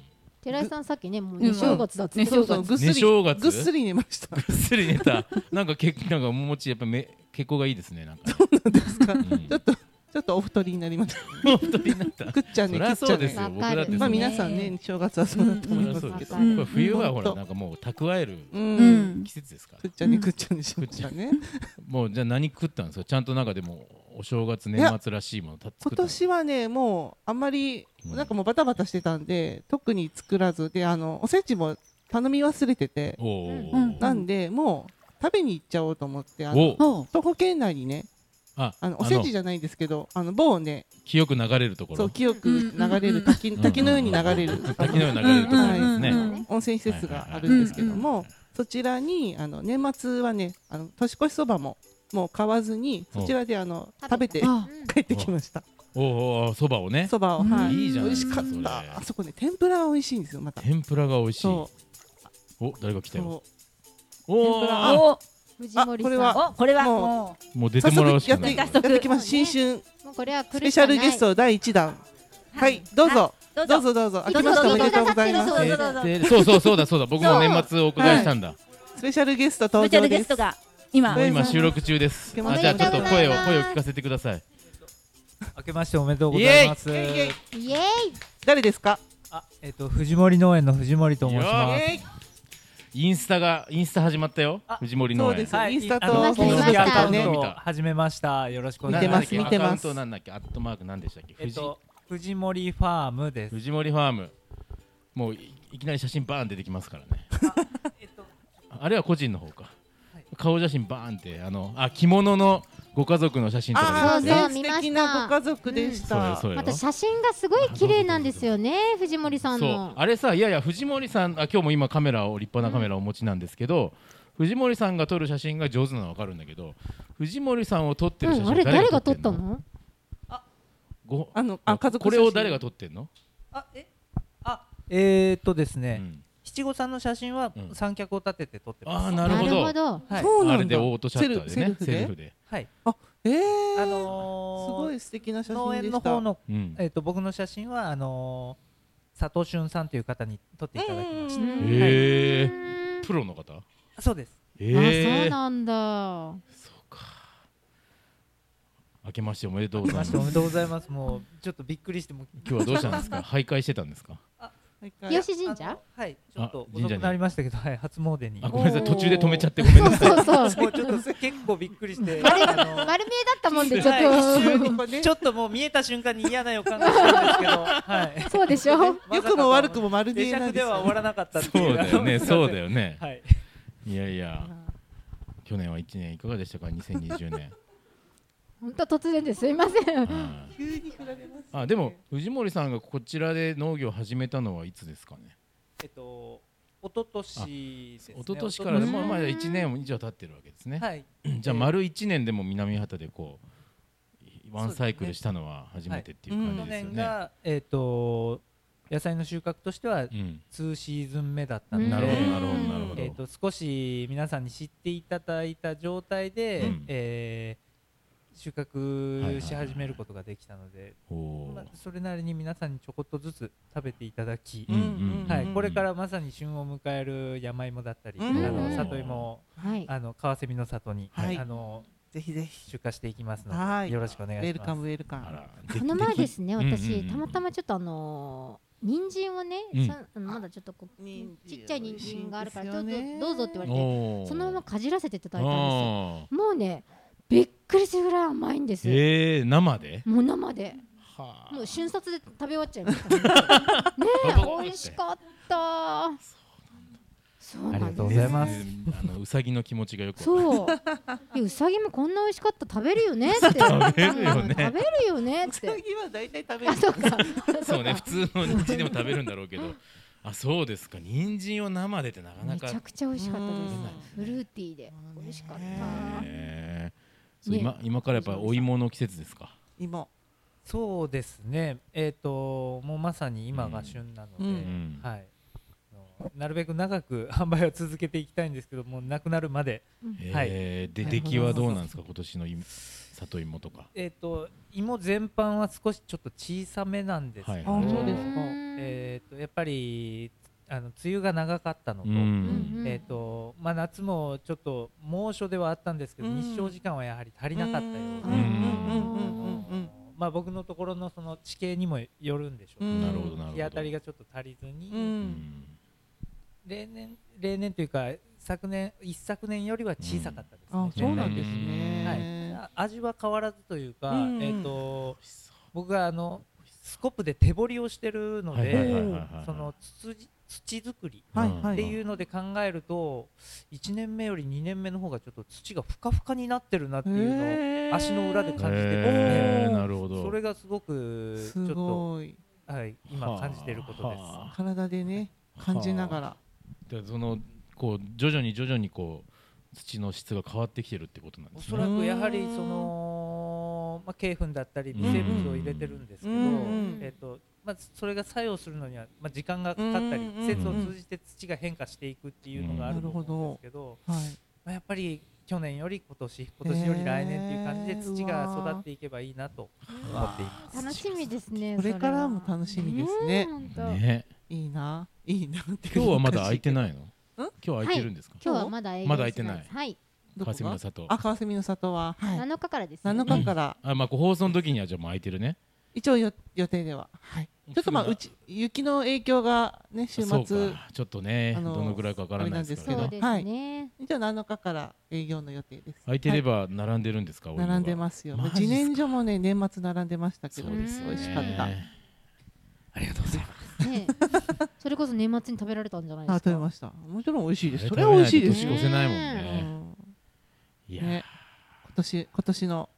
[SPEAKER 3] 寺井さんさっきねもう二正月だっ
[SPEAKER 4] う
[SPEAKER 3] て
[SPEAKER 4] んね
[SPEAKER 1] そうそうぐっすり
[SPEAKER 2] 寝正月
[SPEAKER 1] ぐっすり寝ました
[SPEAKER 2] ぐっすり寝たなんかけなんかももちやっぱめ血行がいいですねなんかね、
[SPEAKER 1] ですか
[SPEAKER 2] うん
[SPEAKER 1] ちょっとちょっとお太りになりました
[SPEAKER 2] お太りになった
[SPEAKER 1] 食っちゃう
[SPEAKER 2] そ
[SPEAKER 1] ね
[SPEAKER 2] り
[SPEAKER 1] 食っ
[SPEAKER 2] ゃ
[SPEAKER 1] ち
[SPEAKER 2] そ
[SPEAKER 1] ゃ
[SPEAKER 2] う
[SPEAKER 1] う
[SPEAKER 2] です
[SPEAKER 1] ね
[SPEAKER 2] よ
[SPEAKER 3] わ
[SPEAKER 2] 僕
[SPEAKER 3] かる
[SPEAKER 2] だって
[SPEAKER 1] まあ
[SPEAKER 2] その
[SPEAKER 1] 皆さんね正月はそうだと思います
[SPEAKER 2] そりゃそう
[SPEAKER 1] け
[SPEAKER 2] です
[SPEAKER 1] ど
[SPEAKER 2] よこ
[SPEAKER 3] うん
[SPEAKER 2] れ冬はほら
[SPEAKER 1] うん
[SPEAKER 2] なんかもう蓄える
[SPEAKER 1] うん
[SPEAKER 4] うん。
[SPEAKER 2] 季節ですから
[SPEAKER 1] 食っちゃうね食っちゃうねしょうがね
[SPEAKER 2] もうじゃあ何食ったんですかちゃんとなんかでもお正月年末らしいものた作
[SPEAKER 1] 今
[SPEAKER 2] ったの
[SPEAKER 1] 年はねもうあんまり
[SPEAKER 2] うん
[SPEAKER 1] なんかもうバタバタしてたんで特に作らずであのおせちも頼み忘れてて
[SPEAKER 2] おー
[SPEAKER 4] うんうん
[SPEAKER 1] なんでもう食べに行っちゃおうと思ってあの
[SPEAKER 2] おー
[SPEAKER 4] ほ
[SPEAKER 1] 徒歩圏内にね
[SPEAKER 2] あ
[SPEAKER 1] あのおせちじゃないんですけどあの某ね
[SPEAKER 2] 清く流れるとこ
[SPEAKER 1] そ
[SPEAKER 2] ろ
[SPEAKER 1] う清く流れ
[SPEAKER 4] うんうんう
[SPEAKER 1] る
[SPEAKER 4] ん
[SPEAKER 1] 滝
[SPEAKER 2] うん
[SPEAKER 1] 滝のように流れる
[SPEAKER 2] 滝のように流れるところ
[SPEAKER 1] はい
[SPEAKER 2] ですね、
[SPEAKER 4] うんうんうん
[SPEAKER 1] 温泉施設があるんですけども、そちらにあの年末はねあの年越しそばももう買わずに
[SPEAKER 2] うん
[SPEAKER 1] そちらであの
[SPEAKER 3] 食べた
[SPEAKER 1] 食べて
[SPEAKER 4] う。あ
[SPEAKER 1] 帰ってきました
[SPEAKER 2] おおそばをね
[SPEAKER 1] そばを、
[SPEAKER 4] うん
[SPEAKER 1] はい
[SPEAKER 2] いいじゃ
[SPEAKER 1] 美
[SPEAKER 2] ないで
[SPEAKER 1] 味し
[SPEAKER 2] すか
[SPEAKER 1] かった
[SPEAKER 2] それ
[SPEAKER 1] あそこね天ぷらが美味しいんですよまた
[SPEAKER 2] 天ぷらが美味しい
[SPEAKER 1] そ
[SPEAKER 2] お誰が来
[SPEAKER 1] う
[SPEAKER 2] たよ
[SPEAKER 1] そ
[SPEAKER 2] お
[SPEAKER 1] 天ぷ
[SPEAKER 2] ー
[SPEAKER 1] ら
[SPEAKER 4] お
[SPEAKER 3] 藤森さん
[SPEAKER 1] あこれは
[SPEAKER 4] おこれは
[SPEAKER 1] もう
[SPEAKER 4] も
[SPEAKER 2] もう
[SPEAKER 1] う
[SPEAKER 2] 出て
[SPEAKER 1] 早速
[SPEAKER 2] もら
[SPEAKER 1] や
[SPEAKER 2] う
[SPEAKER 1] っ
[SPEAKER 2] し
[SPEAKER 1] や
[SPEAKER 2] てかない
[SPEAKER 4] 早
[SPEAKER 1] っ
[SPEAKER 4] 速
[SPEAKER 1] てきます
[SPEAKER 3] そうね
[SPEAKER 1] 新春
[SPEAKER 3] もうこれは
[SPEAKER 1] スペシャルゲスト第一弾
[SPEAKER 4] う
[SPEAKER 1] はいどうぞ
[SPEAKER 4] どう
[SPEAKER 1] ど
[SPEAKER 4] ぞ
[SPEAKER 1] うぞどうぞ
[SPEAKER 4] どう
[SPEAKER 1] 明
[SPEAKER 4] ぞ
[SPEAKER 1] けましておめでとうござい
[SPEAKER 4] ど
[SPEAKER 1] ま
[SPEAKER 4] う
[SPEAKER 1] す
[SPEAKER 4] ぞどうぞどうぞ
[SPEAKER 2] えーそうそうそうだそうだ僕も
[SPEAKER 4] そう
[SPEAKER 2] 年末お伺いしたんだ
[SPEAKER 1] スペシャルゲスト
[SPEAKER 4] ス
[SPEAKER 1] 登
[SPEAKER 4] ペシャ
[SPEAKER 1] 場
[SPEAKER 4] ルゲ
[SPEAKER 1] で
[SPEAKER 4] スト
[SPEAKER 1] す
[SPEAKER 4] が今
[SPEAKER 2] もう今
[SPEAKER 1] はい
[SPEAKER 2] 収録中です
[SPEAKER 1] お
[SPEAKER 2] あ
[SPEAKER 1] め
[SPEAKER 2] じゃ
[SPEAKER 1] で
[SPEAKER 2] あ
[SPEAKER 1] とうご
[SPEAKER 2] ち
[SPEAKER 1] ざ
[SPEAKER 2] ょ
[SPEAKER 1] い
[SPEAKER 2] っ
[SPEAKER 1] ます
[SPEAKER 2] と声を声を聞かせてください
[SPEAKER 5] 明けましておめでとうございます。
[SPEAKER 2] イ
[SPEAKER 1] イエイ
[SPEAKER 3] イエーイ
[SPEAKER 1] 誰ですか
[SPEAKER 5] あ、えっ、と藤森農園の藤森と申し
[SPEAKER 2] あ
[SPEAKER 5] ま
[SPEAKER 1] イエイ
[SPEAKER 2] インスタがインスタ始まったよ
[SPEAKER 5] あ
[SPEAKER 2] 藤森
[SPEAKER 1] そ
[SPEAKER 2] 農
[SPEAKER 1] うで
[SPEAKER 2] 園
[SPEAKER 1] す
[SPEAKER 5] す。
[SPEAKER 1] インスタと
[SPEAKER 5] あ
[SPEAKER 3] 見ま
[SPEAKER 5] の
[SPEAKER 3] した
[SPEAKER 5] 公式アカウン
[SPEAKER 2] 見た
[SPEAKER 5] ト
[SPEAKER 2] 見
[SPEAKER 5] を
[SPEAKER 2] た
[SPEAKER 5] 始めました。よろしくお
[SPEAKER 1] 見
[SPEAKER 5] 願い
[SPEAKER 1] て
[SPEAKER 5] し
[SPEAKER 1] ま
[SPEAKER 5] ますす。
[SPEAKER 1] 見て
[SPEAKER 2] アカウ
[SPEAKER 1] ま
[SPEAKER 2] ン
[SPEAKER 1] す
[SPEAKER 2] トなんだっけアットマークなんでしたっけ
[SPEAKER 5] えっ、
[SPEAKER 2] 藤
[SPEAKER 5] と藤森ファームです。
[SPEAKER 2] 藤森ファームもういいきなり写真バーン出てきますから ね
[SPEAKER 5] えっと
[SPEAKER 2] あれは個人の方か
[SPEAKER 5] はい
[SPEAKER 2] 顔写真バーンってあのあ着物のご家族の写真と
[SPEAKER 1] あ
[SPEAKER 2] か
[SPEAKER 1] あ
[SPEAKER 2] 出
[SPEAKER 1] ー
[SPEAKER 2] てきて
[SPEAKER 1] ね
[SPEAKER 3] そうそう
[SPEAKER 1] 素
[SPEAKER 3] 見ました
[SPEAKER 1] 敵なご家族でし
[SPEAKER 2] そうよ
[SPEAKER 1] た
[SPEAKER 2] そうよ
[SPEAKER 3] また写真がすごい綺麗なんですよね藤森さん
[SPEAKER 2] そう
[SPEAKER 3] の
[SPEAKER 2] あれさいやいや藤森さんあ今日も今カメラを立派なカメラをお持ちなんですけど、藤森さんが撮る写真が上手なのは分かるんだけど藤森さんを撮ってる写
[SPEAKER 3] うん、
[SPEAKER 2] 真
[SPEAKER 3] あれ誰が
[SPEAKER 2] 撮
[SPEAKER 3] 撮
[SPEAKER 2] っ
[SPEAKER 3] って
[SPEAKER 2] ん
[SPEAKER 3] たの
[SPEAKER 2] ご
[SPEAKER 1] あのあ家族
[SPEAKER 2] これを誰が
[SPEAKER 1] 撮
[SPEAKER 2] 撮ってんの、
[SPEAKER 5] あえあえーっとです
[SPEAKER 2] う
[SPEAKER 5] ね、
[SPEAKER 2] ん
[SPEAKER 5] 七五三の写真は
[SPEAKER 2] うん
[SPEAKER 5] 三脚を立てて撮ってます、
[SPEAKER 2] ああなるほど
[SPEAKER 5] はい
[SPEAKER 1] そうな
[SPEAKER 2] あ
[SPEAKER 1] んだ
[SPEAKER 2] れでオートシャッターで
[SPEAKER 1] セルセルフ
[SPEAKER 2] ね
[SPEAKER 1] で
[SPEAKER 2] セルフで
[SPEAKER 5] はい
[SPEAKER 1] えー、す
[SPEAKER 5] あのー、
[SPEAKER 1] ごい素敵な写真
[SPEAKER 5] 農
[SPEAKER 1] で
[SPEAKER 5] 園
[SPEAKER 1] した
[SPEAKER 5] の方の、
[SPEAKER 2] うん
[SPEAKER 5] えー、と僕の写真はあのー、佐藤俊さんという方に撮っていただきました、
[SPEAKER 1] うん
[SPEAKER 2] へープロの方
[SPEAKER 5] そうです
[SPEAKER 2] え
[SPEAKER 3] あ、
[SPEAKER 2] え
[SPEAKER 3] そう
[SPEAKER 2] ー、
[SPEAKER 3] なんだ。
[SPEAKER 2] そうか明けましておめでとうご
[SPEAKER 5] 来
[SPEAKER 2] ざい
[SPEAKER 5] ま
[SPEAKER 2] ま
[SPEAKER 5] し
[SPEAKER 2] す
[SPEAKER 5] ておめでとうございますもうちょっとびっくりしてもう
[SPEAKER 2] 今日はどうしたんですか徘徊してたんですか
[SPEAKER 1] はいはい
[SPEAKER 3] 吉神
[SPEAKER 5] あ
[SPEAKER 3] 社
[SPEAKER 5] のはいちょっと
[SPEAKER 2] あ神
[SPEAKER 5] 遅
[SPEAKER 2] 社
[SPEAKER 5] く
[SPEAKER 2] に
[SPEAKER 5] なりましたけど、はい、初詣に
[SPEAKER 2] あごめんなさい
[SPEAKER 3] おー
[SPEAKER 2] 途中で止めちゃってごめんなさい
[SPEAKER 3] そうそうそう。
[SPEAKER 5] もうちょっと結構びっく りして
[SPEAKER 3] あれ
[SPEAKER 5] あのー
[SPEAKER 3] 丸見えだったもんで、ちょっ
[SPEAKER 5] はい
[SPEAKER 1] 急
[SPEAKER 3] と。
[SPEAKER 1] にこうね
[SPEAKER 5] ちょっともう見えた瞬間に嫌な予感がしたんですけど、はい。
[SPEAKER 3] そうでしょ。
[SPEAKER 1] 良くも悪くもまるで
[SPEAKER 5] 定
[SPEAKER 1] なん
[SPEAKER 5] 着
[SPEAKER 1] で
[SPEAKER 5] です
[SPEAKER 1] よ
[SPEAKER 5] は終わらなかったってい
[SPEAKER 2] そう
[SPEAKER 5] う。
[SPEAKER 2] だよね そうだ
[SPEAKER 5] よ。
[SPEAKER 2] よね
[SPEAKER 5] はい。
[SPEAKER 2] いやいや去年は一年いかがでしたか2020年
[SPEAKER 3] 本当突然ですいません。
[SPEAKER 2] あ
[SPEAKER 1] 急に振られます
[SPEAKER 2] ーあでも藤森さんがこちらで農業を始めたのはいつですかね
[SPEAKER 5] えっと、一昨年ですね。
[SPEAKER 2] 一昨年からでも
[SPEAKER 3] うん
[SPEAKER 2] まあ1年以上経ってるわけですね、
[SPEAKER 5] はい。
[SPEAKER 2] じゃあ
[SPEAKER 5] えー
[SPEAKER 2] 丸1年でも南畑でこうワ
[SPEAKER 5] そう
[SPEAKER 2] ン
[SPEAKER 5] ですね
[SPEAKER 2] サイクルしたのは初めてっていう
[SPEAKER 1] はい
[SPEAKER 2] 感
[SPEAKER 5] 去
[SPEAKER 2] じですよ
[SPEAKER 5] 年
[SPEAKER 2] ね、
[SPEAKER 5] がえっと野菜の収穫としては
[SPEAKER 2] うん
[SPEAKER 5] 2シーズン目だったの
[SPEAKER 2] なるほど
[SPEAKER 5] で、
[SPEAKER 2] なるほどなるほど
[SPEAKER 5] えっと少し皆さんに知っていただいた状態で
[SPEAKER 2] うん、
[SPEAKER 5] えー収穫し始めることができたので、
[SPEAKER 2] おー
[SPEAKER 5] まあそれなりに皆さんにちょこっとずつ食べていただき
[SPEAKER 2] う、んうんうん
[SPEAKER 5] はい、これからまさに旬を迎える山芋だったり、
[SPEAKER 1] うん
[SPEAKER 5] あの
[SPEAKER 3] うん
[SPEAKER 5] 里芋を
[SPEAKER 3] はい。
[SPEAKER 5] あの川蝉の里に、
[SPEAKER 1] はい
[SPEAKER 5] あの
[SPEAKER 1] ぜひぜひ
[SPEAKER 5] 出荷していきますの
[SPEAKER 1] は
[SPEAKER 5] で、
[SPEAKER 1] い
[SPEAKER 5] よろしくお願
[SPEAKER 1] ウ
[SPEAKER 5] い
[SPEAKER 1] ェ
[SPEAKER 5] し
[SPEAKER 1] ル
[SPEAKER 5] ま
[SPEAKER 1] カ
[SPEAKER 5] す
[SPEAKER 1] ム。ウェルカ
[SPEAKER 2] あ
[SPEAKER 1] ム
[SPEAKER 2] ら
[SPEAKER 3] この前ですね、私、たまた
[SPEAKER 2] ま
[SPEAKER 3] まちょっとあのー人参をね、
[SPEAKER 2] うん
[SPEAKER 3] さあのまだちょっとこう
[SPEAKER 1] 人参
[SPEAKER 3] ちっちゃい人参があるから
[SPEAKER 1] 美
[SPEAKER 3] ちょ
[SPEAKER 1] 味
[SPEAKER 3] っ
[SPEAKER 1] しいん
[SPEAKER 3] と
[SPEAKER 1] ですよね
[SPEAKER 3] どうぞって言われて
[SPEAKER 2] お
[SPEAKER 3] そのままかじらせていただいたん
[SPEAKER 2] あ
[SPEAKER 3] ですよもうねびっくりするぐらい甘いんです、よ
[SPEAKER 2] えー、生で
[SPEAKER 3] もう生で
[SPEAKER 2] は
[SPEAKER 3] もう瞬殺で食べ終わっちゃいましたね
[SPEAKER 2] パパパパっ
[SPEAKER 3] え
[SPEAKER 2] て
[SPEAKER 3] 美味しかったそう
[SPEAKER 5] あり
[SPEAKER 3] な
[SPEAKER 5] が
[SPEAKER 3] ん
[SPEAKER 5] とうご
[SPEAKER 3] で
[SPEAKER 5] ざいます
[SPEAKER 2] えーあのうさぎの気持ちがよく
[SPEAKER 3] す
[SPEAKER 2] わかる
[SPEAKER 3] そうえうさぎもこんな美味しかった食べるよねって食
[SPEAKER 2] べるよね
[SPEAKER 3] 食べるよねっ
[SPEAKER 1] ウサ
[SPEAKER 3] て
[SPEAKER 1] ギは大体食べる
[SPEAKER 3] あそうか
[SPEAKER 2] そう ね普通の人参でも食べるんだろうけどあそうですか人参を生でってなかな
[SPEAKER 3] め
[SPEAKER 2] か
[SPEAKER 3] ちゃくちゃ美味しかったです
[SPEAKER 2] う
[SPEAKER 3] フ
[SPEAKER 2] ん
[SPEAKER 3] ルーティーで美味しかった、
[SPEAKER 2] へーそう
[SPEAKER 3] ね
[SPEAKER 2] 今今からやっぱお芋の季節ですか
[SPEAKER 1] 芋
[SPEAKER 5] そうですね、えっともうまさに今が旬なので、
[SPEAKER 1] うん
[SPEAKER 2] うん
[SPEAKER 5] はい、あのなるべく長く販売を続けていきたいんですけど、もうなくなるまで、はい
[SPEAKER 2] えーで
[SPEAKER 5] な
[SPEAKER 2] 出
[SPEAKER 5] るほど
[SPEAKER 2] 来はどうなんですか今年のい里芋とか
[SPEAKER 5] えっと芋全般は少しちょっと小さめなんですけど、
[SPEAKER 2] はいはい
[SPEAKER 1] あそうですか
[SPEAKER 5] えっとやっぱりあの梅雨が長かったのと。
[SPEAKER 2] うん
[SPEAKER 5] えーとまあ、夏もちょっと猛暑ではあったんですけど、
[SPEAKER 1] うん
[SPEAKER 5] 日照時間はやはり足りなかったようで、
[SPEAKER 1] うんうんうんうんうんうん
[SPEAKER 5] まあ、僕のところのその地形にもよるんでしょうけど、
[SPEAKER 1] うん
[SPEAKER 2] なるほどなるほど
[SPEAKER 5] 日当たりがちょっと足りずに、
[SPEAKER 1] うん
[SPEAKER 2] うん
[SPEAKER 5] 例年例年というか昨年一昨年よりは小さかったですね、
[SPEAKER 1] あそうなんです
[SPEAKER 5] はい
[SPEAKER 1] ね、
[SPEAKER 5] あ味は変わらずというか、
[SPEAKER 1] うん
[SPEAKER 5] えー、と
[SPEAKER 2] 美味しそう
[SPEAKER 5] 僕があのスコップで手掘りをしてるので、
[SPEAKER 2] はいはいはいはいはい
[SPEAKER 5] その土土作り
[SPEAKER 1] はい
[SPEAKER 2] うん
[SPEAKER 1] は
[SPEAKER 5] っていうので考えると1年目より2年目の方がちょっと土がふかふかになってるなっていうのを
[SPEAKER 1] へー
[SPEAKER 5] 足の裏で感じてますね、
[SPEAKER 2] へー
[SPEAKER 1] おー
[SPEAKER 2] なるほど
[SPEAKER 5] それがすごくちょっ
[SPEAKER 1] す
[SPEAKER 5] と、
[SPEAKER 1] ごい
[SPEAKER 5] はい、今感じてることです。
[SPEAKER 2] はあ
[SPEAKER 1] 体でね感じながら
[SPEAKER 2] でそのこう徐々に徐々にこう土の質が変わってきてるってことなんで
[SPEAKER 5] お
[SPEAKER 2] す
[SPEAKER 5] そ
[SPEAKER 2] ね
[SPEAKER 5] らくやはりその、まあ、鶏粉だったり
[SPEAKER 2] うん
[SPEAKER 5] 微生物を入れてるんですけど、
[SPEAKER 1] うん
[SPEAKER 5] えっとまあ、それが作用するのには、まあ、時間がかかったり
[SPEAKER 1] うん
[SPEAKER 5] 季節を通じて土が変化していくっていうのがあると思うんですけど、
[SPEAKER 1] はい
[SPEAKER 5] まあ、やっぱり去年より今年今年より来年っていう感じで土が育っていけばいいなと思っています。
[SPEAKER 3] 楽しみですね
[SPEAKER 1] これからも
[SPEAKER 3] し
[SPEAKER 1] 楽しみですね
[SPEAKER 2] ね
[SPEAKER 1] いいないいなって
[SPEAKER 2] 今日はまだ空いて
[SPEAKER 1] い
[SPEAKER 2] ないの今日は空いてるんですか
[SPEAKER 3] 今日はまだ営業
[SPEAKER 2] まだ開いてない
[SPEAKER 3] してはい
[SPEAKER 1] どこ
[SPEAKER 2] 霞
[SPEAKER 1] が
[SPEAKER 2] の里
[SPEAKER 1] あ川蝉の里ははい
[SPEAKER 3] 7日からですね
[SPEAKER 1] 7日から
[SPEAKER 2] あまあこう放送の時にはじゃあもう空いてるね
[SPEAKER 1] 一応よ予定でははいちょっとまあうち雪の影響がね週
[SPEAKER 2] そう
[SPEAKER 1] 末
[SPEAKER 2] かちょっとね
[SPEAKER 1] あの
[SPEAKER 2] どのぐらいかわからないです
[SPEAKER 1] あ
[SPEAKER 2] か
[SPEAKER 1] れ
[SPEAKER 2] ら
[SPEAKER 1] な
[SPEAKER 3] そ
[SPEAKER 1] ん
[SPEAKER 3] う
[SPEAKER 2] ね
[SPEAKER 1] けど
[SPEAKER 3] ですね
[SPEAKER 1] じゃあ7日から営業の予定です
[SPEAKER 2] 空いてれば並んでるんですか、お芋が
[SPEAKER 1] 並んでますよ
[SPEAKER 2] マジっすか
[SPEAKER 1] 自然薯もね年末並んでましたけど
[SPEAKER 2] そうですよね
[SPEAKER 1] 美味しかった
[SPEAKER 2] ありがとうございます
[SPEAKER 3] ねえそれこそ年末に食べられたんじゃないで
[SPEAKER 1] あ
[SPEAKER 3] す
[SPEAKER 1] 食
[SPEAKER 3] か
[SPEAKER 1] べましたもちろん美味しいですそ
[SPEAKER 2] 食
[SPEAKER 1] れ
[SPEAKER 2] べ
[SPEAKER 1] は
[SPEAKER 2] ないと
[SPEAKER 1] 美味しいです
[SPEAKER 2] 年
[SPEAKER 1] よ
[SPEAKER 2] 越せないもん
[SPEAKER 1] う
[SPEAKER 2] ね
[SPEAKER 1] ん
[SPEAKER 2] いやー
[SPEAKER 1] ね今年今年の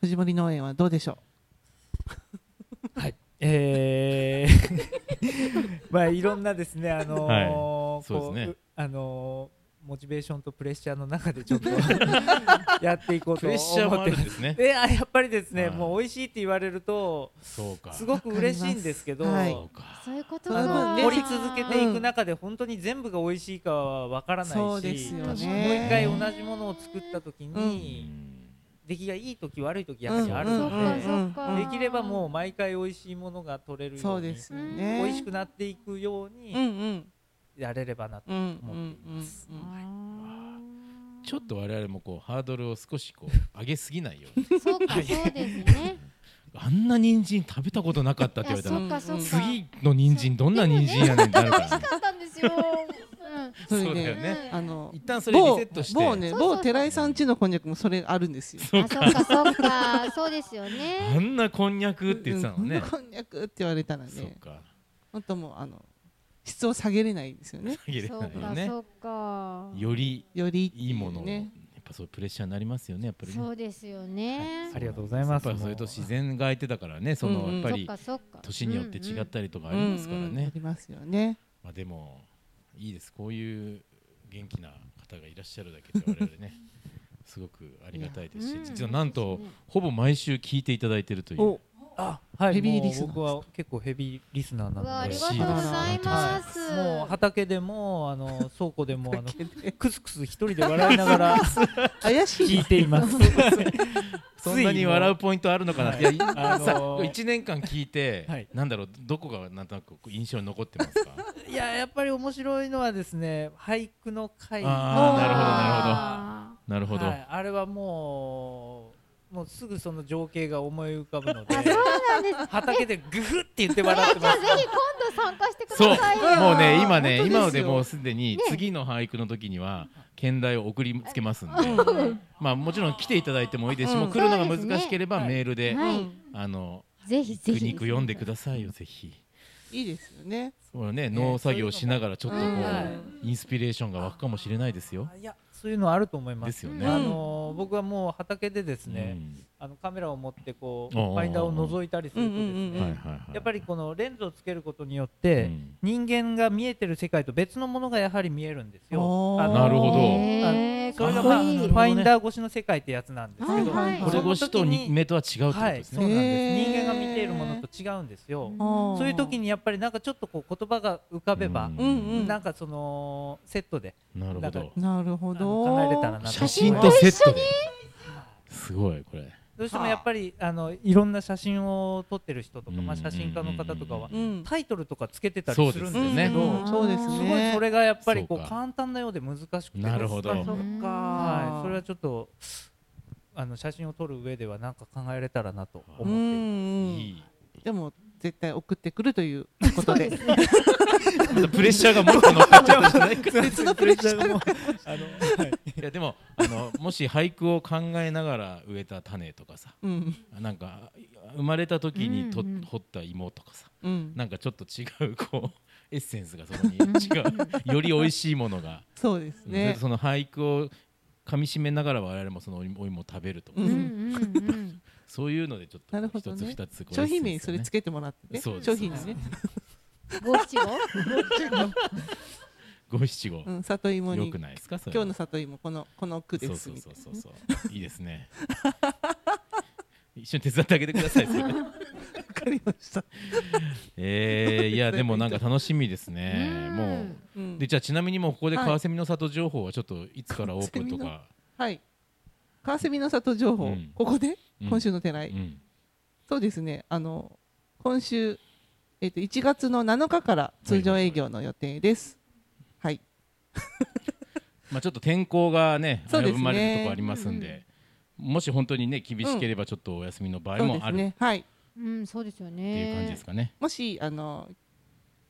[SPEAKER 1] 藤森農園はどうでしょ
[SPEAKER 5] えーまあいろんなですねあのー
[SPEAKER 2] はい
[SPEAKER 5] こ
[SPEAKER 2] そうですね
[SPEAKER 5] うあのーモチベーションとプレッシャーの中でちょっとやっていこう
[SPEAKER 2] プ
[SPEAKER 5] と
[SPEAKER 2] レ
[SPEAKER 5] 思
[SPEAKER 2] ッシャーも
[SPEAKER 5] っ
[SPEAKER 2] あ
[SPEAKER 5] て
[SPEAKER 2] るん
[SPEAKER 5] ます。
[SPEAKER 2] ですね
[SPEAKER 5] えあやっぱりですね、
[SPEAKER 2] はい
[SPEAKER 5] もう美味しいって言われると
[SPEAKER 2] そうか
[SPEAKER 5] すごく嬉しいんですけど、
[SPEAKER 1] わかりま
[SPEAKER 2] そうか
[SPEAKER 3] そういうこと
[SPEAKER 1] そ
[SPEAKER 3] か
[SPEAKER 1] の分ね
[SPEAKER 5] 掘り続けていく中で本当に全部が美味しいかはわからないし
[SPEAKER 1] そうですよね
[SPEAKER 5] もう一回同じものを作った時に、出来がいい時悪い時やはりある
[SPEAKER 1] う
[SPEAKER 5] の
[SPEAKER 1] ん
[SPEAKER 5] で、
[SPEAKER 3] そっかそっか
[SPEAKER 1] うん
[SPEAKER 5] できればもう毎回美味しいものが取れるように
[SPEAKER 1] そうですよね。
[SPEAKER 5] 美味しくなっていくよう
[SPEAKER 1] うんう
[SPEAKER 5] に
[SPEAKER 1] ん
[SPEAKER 5] やれればなと、
[SPEAKER 1] うんうん
[SPEAKER 5] 思っています
[SPEAKER 1] うんうん
[SPEAKER 3] うん
[SPEAKER 2] ちょっと我々もこうハードルを少しこう上げすぎないよう に
[SPEAKER 3] そうかそうですね
[SPEAKER 2] あんな人参食べたことなかったって
[SPEAKER 3] い
[SPEAKER 2] 言
[SPEAKER 3] や
[SPEAKER 2] われた
[SPEAKER 3] そ
[SPEAKER 2] ら
[SPEAKER 3] っかそっか
[SPEAKER 2] 次の人参どんな人参やねんってなるか
[SPEAKER 3] 美味
[SPEAKER 2] ら
[SPEAKER 3] しかったんですよ
[SPEAKER 1] それ
[SPEAKER 2] そうだよ
[SPEAKER 1] で
[SPEAKER 2] ね
[SPEAKER 3] うん
[SPEAKER 1] あの
[SPEAKER 2] 一旦それリ
[SPEAKER 1] 某
[SPEAKER 2] セットして
[SPEAKER 1] 某ね
[SPEAKER 3] そうそうそう
[SPEAKER 1] 某寺井さん家のこんにゃくもそれあるんです よ。
[SPEAKER 3] うんあそっかそっかそうですよ
[SPEAKER 2] あ
[SPEAKER 3] ね
[SPEAKER 2] んなこんにゃくって言ってたの
[SPEAKER 1] う
[SPEAKER 2] ね
[SPEAKER 1] んこんにゃくって言われたら
[SPEAKER 2] そっ
[SPEAKER 1] ね、
[SPEAKER 2] か
[SPEAKER 1] 本当もうあの質を下げれないんですよね。
[SPEAKER 2] 下げれ
[SPEAKER 3] そ
[SPEAKER 2] な
[SPEAKER 3] う
[SPEAKER 2] いよ
[SPEAKER 3] か
[SPEAKER 2] ね
[SPEAKER 3] そうか
[SPEAKER 2] より
[SPEAKER 1] より
[SPEAKER 2] いいものをやっ
[SPEAKER 1] ね。
[SPEAKER 2] ぱそういうプレッシャーになりますよねやっぱりね
[SPEAKER 3] そうですよね
[SPEAKER 5] ありがとうございます
[SPEAKER 2] やっぱりそれと自然が相手だからねその
[SPEAKER 1] うんうん
[SPEAKER 2] やっぱ
[SPEAKER 3] そっ
[SPEAKER 2] り
[SPEAKER 3] かそっか
[SPEAKER 2] 年によって違っ
[SPEAKER 3] うん
[SPEAKER 2] たりとかありますから
[SPEAKER 1] うんうんあ
[SPEAKER 2] ね
[SPEAKER 1] りますよね。
[SPEAKER 2] まあでもいいですこういう元気な方がいらっしゃるだけで我々 ねすごくありがたいですし
[SPEAKER 3] うん
[SPEAKER 2] 実はなん
[SPEAKER 3] そう
[SPEAKER 2] と
[SPEAKER 3] ですね
[SPEAKER 2] ほぼ毎週聞いていただいてるという
[SPEAKER 1] お
[SPEAKER 5] あはい
[SPEAKER 1] ヘビーリスナー
[SPEAKER 5] もう僕は結構ヘビーリスナーなの
[SPEAKER 3] う
[SPEAKER 5] で
[SPEAKER 3] わあり
[SPEAKER 2] 嬉し
[SPEAKER 3] がとうございます
[SPEAKER 5] はいもう畑でもあの倉庫で もあのクスクス一人で笑いながら
[SPEAKER 1] 怪しい
[SPEAKER 5] 聞いています
[SPEAKER 2] そんなに笑うポイントあるのかなっていやい
[SPEAKER 5] あの
[SPEAKER 2] 1年間聞いて、
[SPEAKER 5] はい
[SPEAKER 2] なんだろうどこがなんとなくこう印象に残ってますか
[SPEAKER 5] いややっぱり面白いのはですね俳句の会
[SPEAKER 2] あーなるほどなるほどなるほど、
[SPEAKER 5] はい、あれはもうもうすぐその情景が思い浮かぶので
[SPEAKER 3] あそうなんです
[SPEAKER 5] 畑でグフって言って笑ってま
[SPEAKER 3] じゃあ
[SPEAKER 5] す
[SPEAKER 3] ぜひ今度参加してく
[SPEAKER 2] そう
[SPEAKER 3] ださいよ
[SPEAKER 2] もうね今ね
[SPEAKER 1] 本当ですよ
[SPEAKER 2] 今のでもうすでに次の俳句の時には兼題を送りつけますんで、まあもちろん来ていただいてもいいですし、
[SPEAKER 1] うん
[SPEAKER 2] もう来るのが
[SPEAKER 3] そうですね
[SPEAKER 2] 難しければ
[SPEAKER 5] はい
[SPEAKER 2] メールで、
[SPEAKER 1] う
[SPEAKER 3] はい
[SPEAKER 1] ん
[SPEAKER 2] あの
[SPEAKER 3] ぜひぜ
[SPEAKER 2] 苦
[SPEAKER 3] ひ
[SPEAKER 2] 肉読んでくださいよぜひ。
[SPEAKER 1] いいですよね。
[SPEAKER 2] これね農作業しながらちょっとこ
[SPEAKER 1] うん
[SPEAKER 2] うインスピレーションが湧くかもしれないですよ。
[SPEAKER 5] いやそういうのあると思いま
[SPEAKER 2] ですすよ
[SPEAKER 3] うん
[SPEAKER 5] あ
[SPEAKER 2] ね。
[SPEAKER 5] のー僕はもう畑でですね、
[SPEAKER 2] うん
[SPEAKER 5] あのカメラを持ってこうフ
[SPEAKER 2] おうおうおう
[SPEAKER 5] ァインダーを覗いたりするとですね、
[SPEAKER 1] うんうんうん
[SPEAKER 2] はいはいはい。
[SPEAKER 5] やっぱりこのレンズをつけることによっ
[SPEAKER 2] う
[SPEAKER 5] て、
[SPEAKER 2] ん
[SPEAKER 5] 人間が見えてる世界と別のものがやはり見えるんですよ。
[SPEAKER 1] おー
[SPEAKER 5] あの
[SPEAKER 2] なるほど
[SPEAKER 3] へー
[SPEAKER 5] それ
[SPEAKER 3] か
[SPEAKER 5] が
[SPEAKER 3] っこ
[SPEAKER 5] まあ
[SPEAKER 3] いい
[SPEAKER 5] ファインダー越しの世界ってやつなんですけど、
[SPEAKER 1] はいはい
[SPEAKER 2] これ
[SPEAKER 1] そ
[SPEAKER 2] 越しとに目とは違うってこと
[SPEAKER 5] は
[SPEAKER 2] で
[SPEAKER 5] い、
[SPEAKER 2] す
[SPEAKER 5] そう
[SPEAKER 2] ね。
[SPEAKER 5] なんで
[SPEAKER 1] へ
[SPEAKER 5] す。
[SPEAKER 1] ー
[SPEAKER 5] 人間が見ているものと違うんですよ。
[SPEAKER 1] そ
[SPEAKER 5] そういう時にやっぱりなんかちょっとこう言葉が浮かべば、
[SPEAKER 1] うんうん
[SPEAKER 5] なんかそのセットで
[SPEAKER 2] なるほ
[SPEAKER 5] なん
[SPEAKER 2] ど。
[SPEAKER 1] なるほ
[SPEAKER 5] あ
[SPEAKER 1] ど。
[SPEAKER 5] の叶えれたらなと
[SPEAKER 2] 写真とセットで。
[SPEAKER 5] はい
[SPEAKER 2] すごいこれ。
[SPEAKER 5] どうしてもやっぱりあのいろんな写真を撮ってる人とか、まあ、写真家の方とかは
[SPEAKER 1] うん。
[SPEAKER 5] タイトルとかつけてたりするんです
[SPEAKER 2] そうです
[SPEAKER 5] け
[SPEAKER 2] ね
[SPEAKER 5] ど、
[SPEAKER 1] うんそうです
[SPEAKER 5] すごい
[SPEAKER 1] ね。
[SPEAKER 5] それがやっぱり
[SPEAKER 2] そ
[SPEAKER 5] こ
[SPEAKER 2] う
[SPEAKER 5] う
[SPEAKER 2] か
[SPEAKER 5] 簡単なようで難しくて
[SPEAKER 2] なるほど
[SPEAKER 5] はい、
[SPEAKER 3] そっか
[SPEAKER 5] それはちょっとあの写真を撮る上ではなんか考えれたらなと思
[SPEAKER 1] う
[SPEAKER 5] っ
[SPEAKER 1] ん
[SPEAKER 5] て
[SPEAKER 1] うん。
[SPEAKER 2] いい。
[SPEAKER 1] でも絶対送ってくるということ で。
[SPEAKER 2] ま たプレッシャーがもっと乗っかっちゃうんじゃないか。
[SPEAKER 5] 別のプレッシャーもあの、はい、
[SPEAKER 2] いやでもあのもし俳句を考えながら植えた種とかさ
[SPEAKER 1] うん
[SPEAKER 2] なんか生まれた時にと、
[SPEAKER 4] うんうん
[SPEAKER 2] 掘った芋とかさ
[SPEAKER 1] うん。
[SPEAKER 2] なんかちょっと違うこうエッセンスがそこに 違うより美味しいものが、
[SPEAKER 1] そうですね。
[SPEAKER 2] その俳句を噛み締めながら我々もそのお芋を食べるとか、
[SPEAKER 1] う
[SPEAKER 3] うんんうん
[SPEAKER 2] そういうのでちょっ
[SPEAKER 1] なる
[SPEAKER 2] と
[SPEAKER 1] ほ
[SPEAKER 2] 一
[SPEAKER 1] ど
[SPEAKER 2] つ
[SPEAKER 1] ね
[SPEAKER 2] 二つこう
[SPEAKER 1] 商品名にそれつ
[SPEAKER 2] け
[SPEAKER 1] けてもらってね。
[SPEAKER 2] そうです
[SPEAKER 1] 商品にね。
[SPEAKER 3] うん五七五
[SPEAKER 2] 五七五
[SPEAKER 1] うん、里芋
[SPEAKER 2] 良
[SPEAKER 1] に
[SPEAKER 2] く。ないですかそれ
[SPEAKER 1] 今日の里芋このこの句で
[SPEAKER 2] そう
[SPEAKER 1] す
[SPEAKER 2] そう
[SPEAKER 1] みた
[SPEAKER 2] そ
[SPEAKER 1] いうな。
[SPEAKER 2] そうそういいで すね一緒に手伝ってあげてくださいそれ
[SPEAKER 1] わかりました。
[SPEAKER 2] えー、いやでもなんか楽しみですね
[SPEAKER 3] うん
[SPEAKER 2] も
[SPEAKER 1] う
[SPEAKER 2] うんでじゃあちなみにもうここで
[SPEAKER 1] はい
[SPEAKER 2] 川蝉の里情報はちょっといつからオープンとか、
[SPEAKER 1] はい。川蝉の里情報、
[SPEAKER 2] うん
[SPEAKER 1] ここで
[SPEAKER 2] うん
[SPEAKER 1] 今週の寺井、
[SPEAKER 2] うん
[SPEAKER 1] そうですね。あの今週えっ、と1月の7日から通常営業の予定です。はい。
[SPEAKER 2] まあ、ちょっと天候がね
[SPEAKER 1] そうですね
[SPEAKER 2] 危ぶまれるとこありますんで、もし本当にね厳しければちょっとお休みの場合
[SPEAKER 1] そう
[SPEAKER 2] も
[SPEAKER 1] で
[SPEAKER 2] あ
[SPEAKER 1] す
[SPEAKER 2] るっ
[SPEAKER 1] ね。はい。
[SPEAKER 3] うんそうですよ
[SPEAKER 2] て
[SPEAKER 3] ね
[SPEAKER 2] いう感じですかね。
[SPEAKER 1] もしあの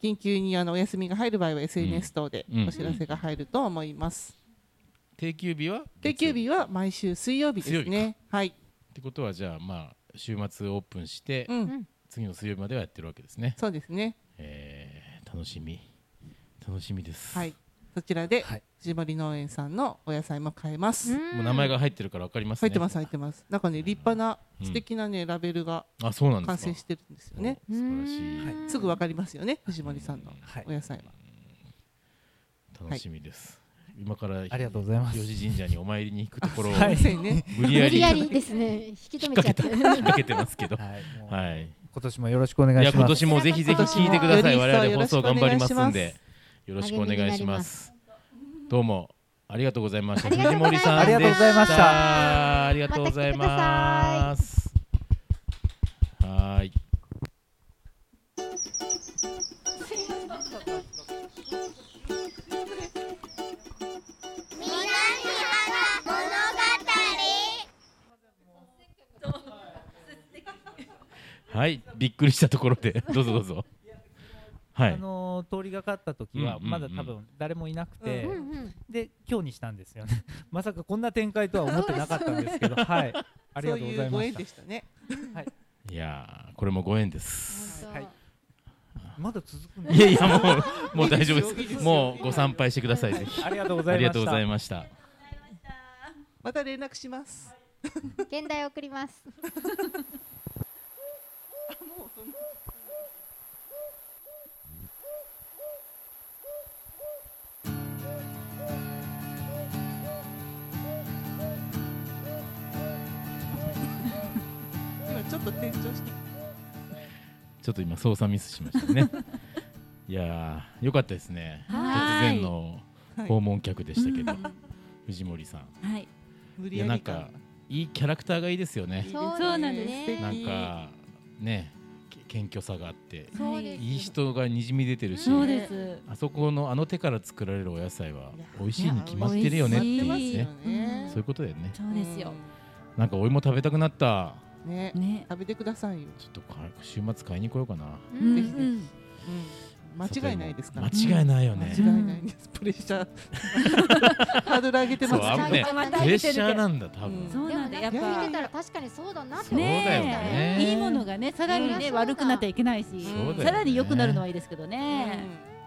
[SPEAKER 1] 緊急にあのお休みが入る場合は SNS 等で
[SPEAKER 2] うん
[SPEAKER 1] お知らせが入ると思います。
[SPEAKER 2] 定休日は
[SPEAKER 1] 定休日は毎週水曜日です
[SPEAKER 2] 水曜
[SPEAKER 1] ね。はい。
[SPEAKER 2] ってことはじゃあまあ週末オープンして、
[SPEAKER 1] うん。
[SPEAKER 2] 次の水曜日まではやってるわけですね。
[SPEAKER 1] そうですね。
[SPEAKER 2] えー、楽しみ楽しみです、
[SPEAKER 1] はい。そちらで
[SPEAKER 5] はい
[SPEAKER 1] 藤森農園さんのお野菜も買えます。
[SPEAKER 2] もう名前が入ってるからわかります
[SPEAKER 1] 入
[SPEAKER 2] ね。
[SPEAKER 1] ってます入ってます。なんかね立派な
[SPEAKER 2] うん
[SPEAKER 1] 素敵なねラベルが
[SPEAKER 2] あそうなんですか。
[SPEAKER 1] 完成してるんですよね。
[SPEAKER 2] お素晴らしい。
[SPEAKER 3] うん
[SPEAKER 1] すぐわかりますよね藤森さんの
[SPEAKER 5] はい
[SPEAKER 1] お野菜は。
[SPEAKER 2] 楽しみです、今から
[SPEAKER 5] ありがとうございます
[SPEAKER 2] 四時神社にお参りに行くところを
[SPEAKER 5] はい
[SPEAKER 1] そうや ね。
[SPEAKER 2] 無理や
[SPEAKER 3] 無
[SPEAKER 2] り
[SPEAKER 3] 理や
[SPEAKER 2] か
[SPEAKER 3] りですね。引き止めちゃって。
[SPEAKER 2] けてますけど。
[SPEAKER 5] はい、もう
[SPEAKER 2] はい。
[SPEAKER 5] 今年もよろしくお願
[SPEAKER 2] い
[SPEAKER 5] い
[SPEAKER 2] や
[SPEAKER 5] し
[SPEAKER 2] 今
[SPEAKER 5] ます。
[SPEAKER 2] 年もぜひぜひ聞いてくださ
[SPEAKER 1] 今
[SPEAKER 2] い。
[SPEAKER 1] 年も
[SPEAKER 2] 我々放送頑張りますん
[SPEAKER 1] よ
[SPEAKER 2] でよろ
[SPEAKER 3] ろ
[SPEAKER 2] し
[SPEAKER 3] し
[SPEAKER 2] く
[SPEAKER 3] く
[SPEAKER 2] お
[SPEAKER 3] お
[SPEAKER 2] 願
[SPEAKER 3] 願
[SPEAKER 2] い
[SPEAKER 3] い
[SPEAKER 2] し
[SPEAKER 3] し
[SPEAKER 2] ま。
[SPEAKER 3] ます
[SPEAKER 2] どうもありがとうございました。
[SPEAKER 3] ありが
[SPEAKER 2] 藤
[SPEAKER 3] とうござい
[SPEAKER 2] 森さんで
[SPEAKER 3] ました
[SPEAKER 2] した。あ
[SPEAKER 3] あ
[SPEAKER 2] り
[SPEAKER 3] り
[SPEAKER 2] がと
[SPEAKER 3] がと
[SPEAKER 2] う
[SPEAKER 3] う
[SPEAKER 2] ご
[SPEAKER 3] ご
[SPEAKER 2] ざ
[SPEAKER 3] ざ
[SPEAKER 2] い
[SPEAKER 3] い
[SPEAKER 2] ま。
[SPEAKER 3] ます
[SPEAKER 2] はーい。
[SPEAKER 6] 南原物語
[SPEAKER 2] はい、びっくりしたところで、どうぞどうぞ。は
[SPEAKER 5] あ
[SPEAKER 2] い。
[SPEAKER 5] のー通りがかった時は
[SPEAKER 2] うんうんうん
[SPEAKER 5] まだ多分誰もいなくて、
[SPEAKER 1] う
[SPEAKER 3] うんうん
[SPEAKER 5] で今日にしたんですよね まさかこんな展開とは思ってなかったんですけどはいあり
[SPEAKER 1] そ
[SPEAKER 5] が
[SPEAKER 1] う
[SPEAKER 5] とうご
[SPEAKER 1] い
[SPEAKER 5] ざ
[SPEAKER 1] う
[SPEAKER 5] い
[SPEAKER 1] ご
[SPEAKER 5] ま
[SPEAKER 1] 縁
[SPEAKER 5] した
[SPEAKER 1] でしたね。
[SPEAKER 2] いやー、これもご縁です。
[SPEAKER 3] 本当
[SPEAKER 5] はいまだ続くん で
[SPEAKER 2] い
[SPEAKER 5] す
[SPEAKER 2] やいや、もう、もう大丈夫
[SPEAKER 1] いいです
[SPEAKER 2] で
[SPEAKER 1] よ
[SPEAKER 2] す。もうご参拝してください。ぜひ
[SPEAKER 5] ありがとうござ
[SPEAKER 2] あ
[SPEAKER 5] い
[SPEAKER 2] り
[SPEAKER 5] ま
[SPEAKER 2] が
[SPEAKER 5] し
[SPEAKER 2] とう
[SPEAKER 5] た
[SPEAKER 2] ございました。
[SPEAKER 1] また連絡します。
[SPEAKER 3] 現代送ります。
[SPEAKER 1] 今ちょっと転調して。
[SPEAKER 2] ちょっと今操作ミスしましたね。いやー、よかったですね。突然の
[SPEAKER 1] はい
[SPEAKER 2] 訪問客でしたけど、
[SPEAKER 4] うん
[SPEAKER 2] 藤森さん、
[SPEAKER 4] はい。
[SPEAKER 1] 無
[SPEAKER 2] い
[SPEAKER 1] 理
[SPEAKER 2] や
[SPEAKER 1] や
[SPEAKER 2] なん
[SPEAKER 1] り感
[SPEAKER 2] かいいキャラクターがいいですよね。
[SPEAKER 4] そうなんですね
[SPEAKER 2] なんかね、け謙虚さがあって、
[SPEAKER 3] そうです。
[SPEAKER 2] いい人がにじみ出てるし、
[SPEAKER 4] そうです。
[SPEAKER 2] あそこのあの手から作られるお野菜はい
[SPEAKER 1] や
[SPEAKER 2] 美味しいに決まってるよねってい
[SPEAKER 4] 美
[SPEAKER 2] う
[SPEAKER 4] 味しい
[SPEAKER 2] ね、
[SPEAKER 1] ね
[SPEAKER 2] そういうことだよね。
[SPEAKER 4] そうですよ。。
[SPEAKER 2] なんかお芋食べたくなった。
[SPEAKER 1] うんね、
[SPEAKER 4] ね。
[SPEAKER 1] 食べてくださいよ。
[SPEAKER 2] ちょっとか週末買いに来ようかな。
[SPEAKER 3] う
[SPEAKER 4] うん
[SPEAKER 3] ん
[SPEAKER 1] ぜひ
[SPEAKER 4] うん
[SPEAKER 1] うん間違いないですから。
[SPEAKER 2] 間違いないよね
[SPEAKER 1] 間。違いないです。プレッシャー。ハードル上げてます
[SPEAKER 2] そうあ
[SPEAKER 1] から。
[SPEAKER 2] んね
[SPEAKER 4] また
[SPEAKER 2] プレッシャーなんだ多分。
[SPEAKER 1] ん
[SPEAKER 4] そう
[SPEAKER 3] で
[SPEAKER 4] な
[SPEAKER 3] も
[SPEAKER 4] んだ。
[SPEAKER 3] な
[SPEAKER 4] や
[SPEAKER 3] ん
[SPEAKER 4] っ
[SPEAKER 3] か聞い
[SPEAKER 4] ぱ
[SPEAKER 3] て。たら確かにそうだなって思
[SPEAKER 2] そうだよ
[SPEAKER 3] いました
[SPEAKER 2] ね
[SPEAKER 4] いいものがね、さらに
[SPEAKER 3] そりゃ
[SPEAKER 4] ね、
[SPEAKER 3] そうだ
[SPEAKER 4] 悪くなっちゃいけないし
[SPEAKER 1] そう
[SPEAKER 2] だよ、ね
[SPEAKER 4] さらに良くなるのはいいですけど
[SPEAKER 1] う
[SPEAKER 4] ね。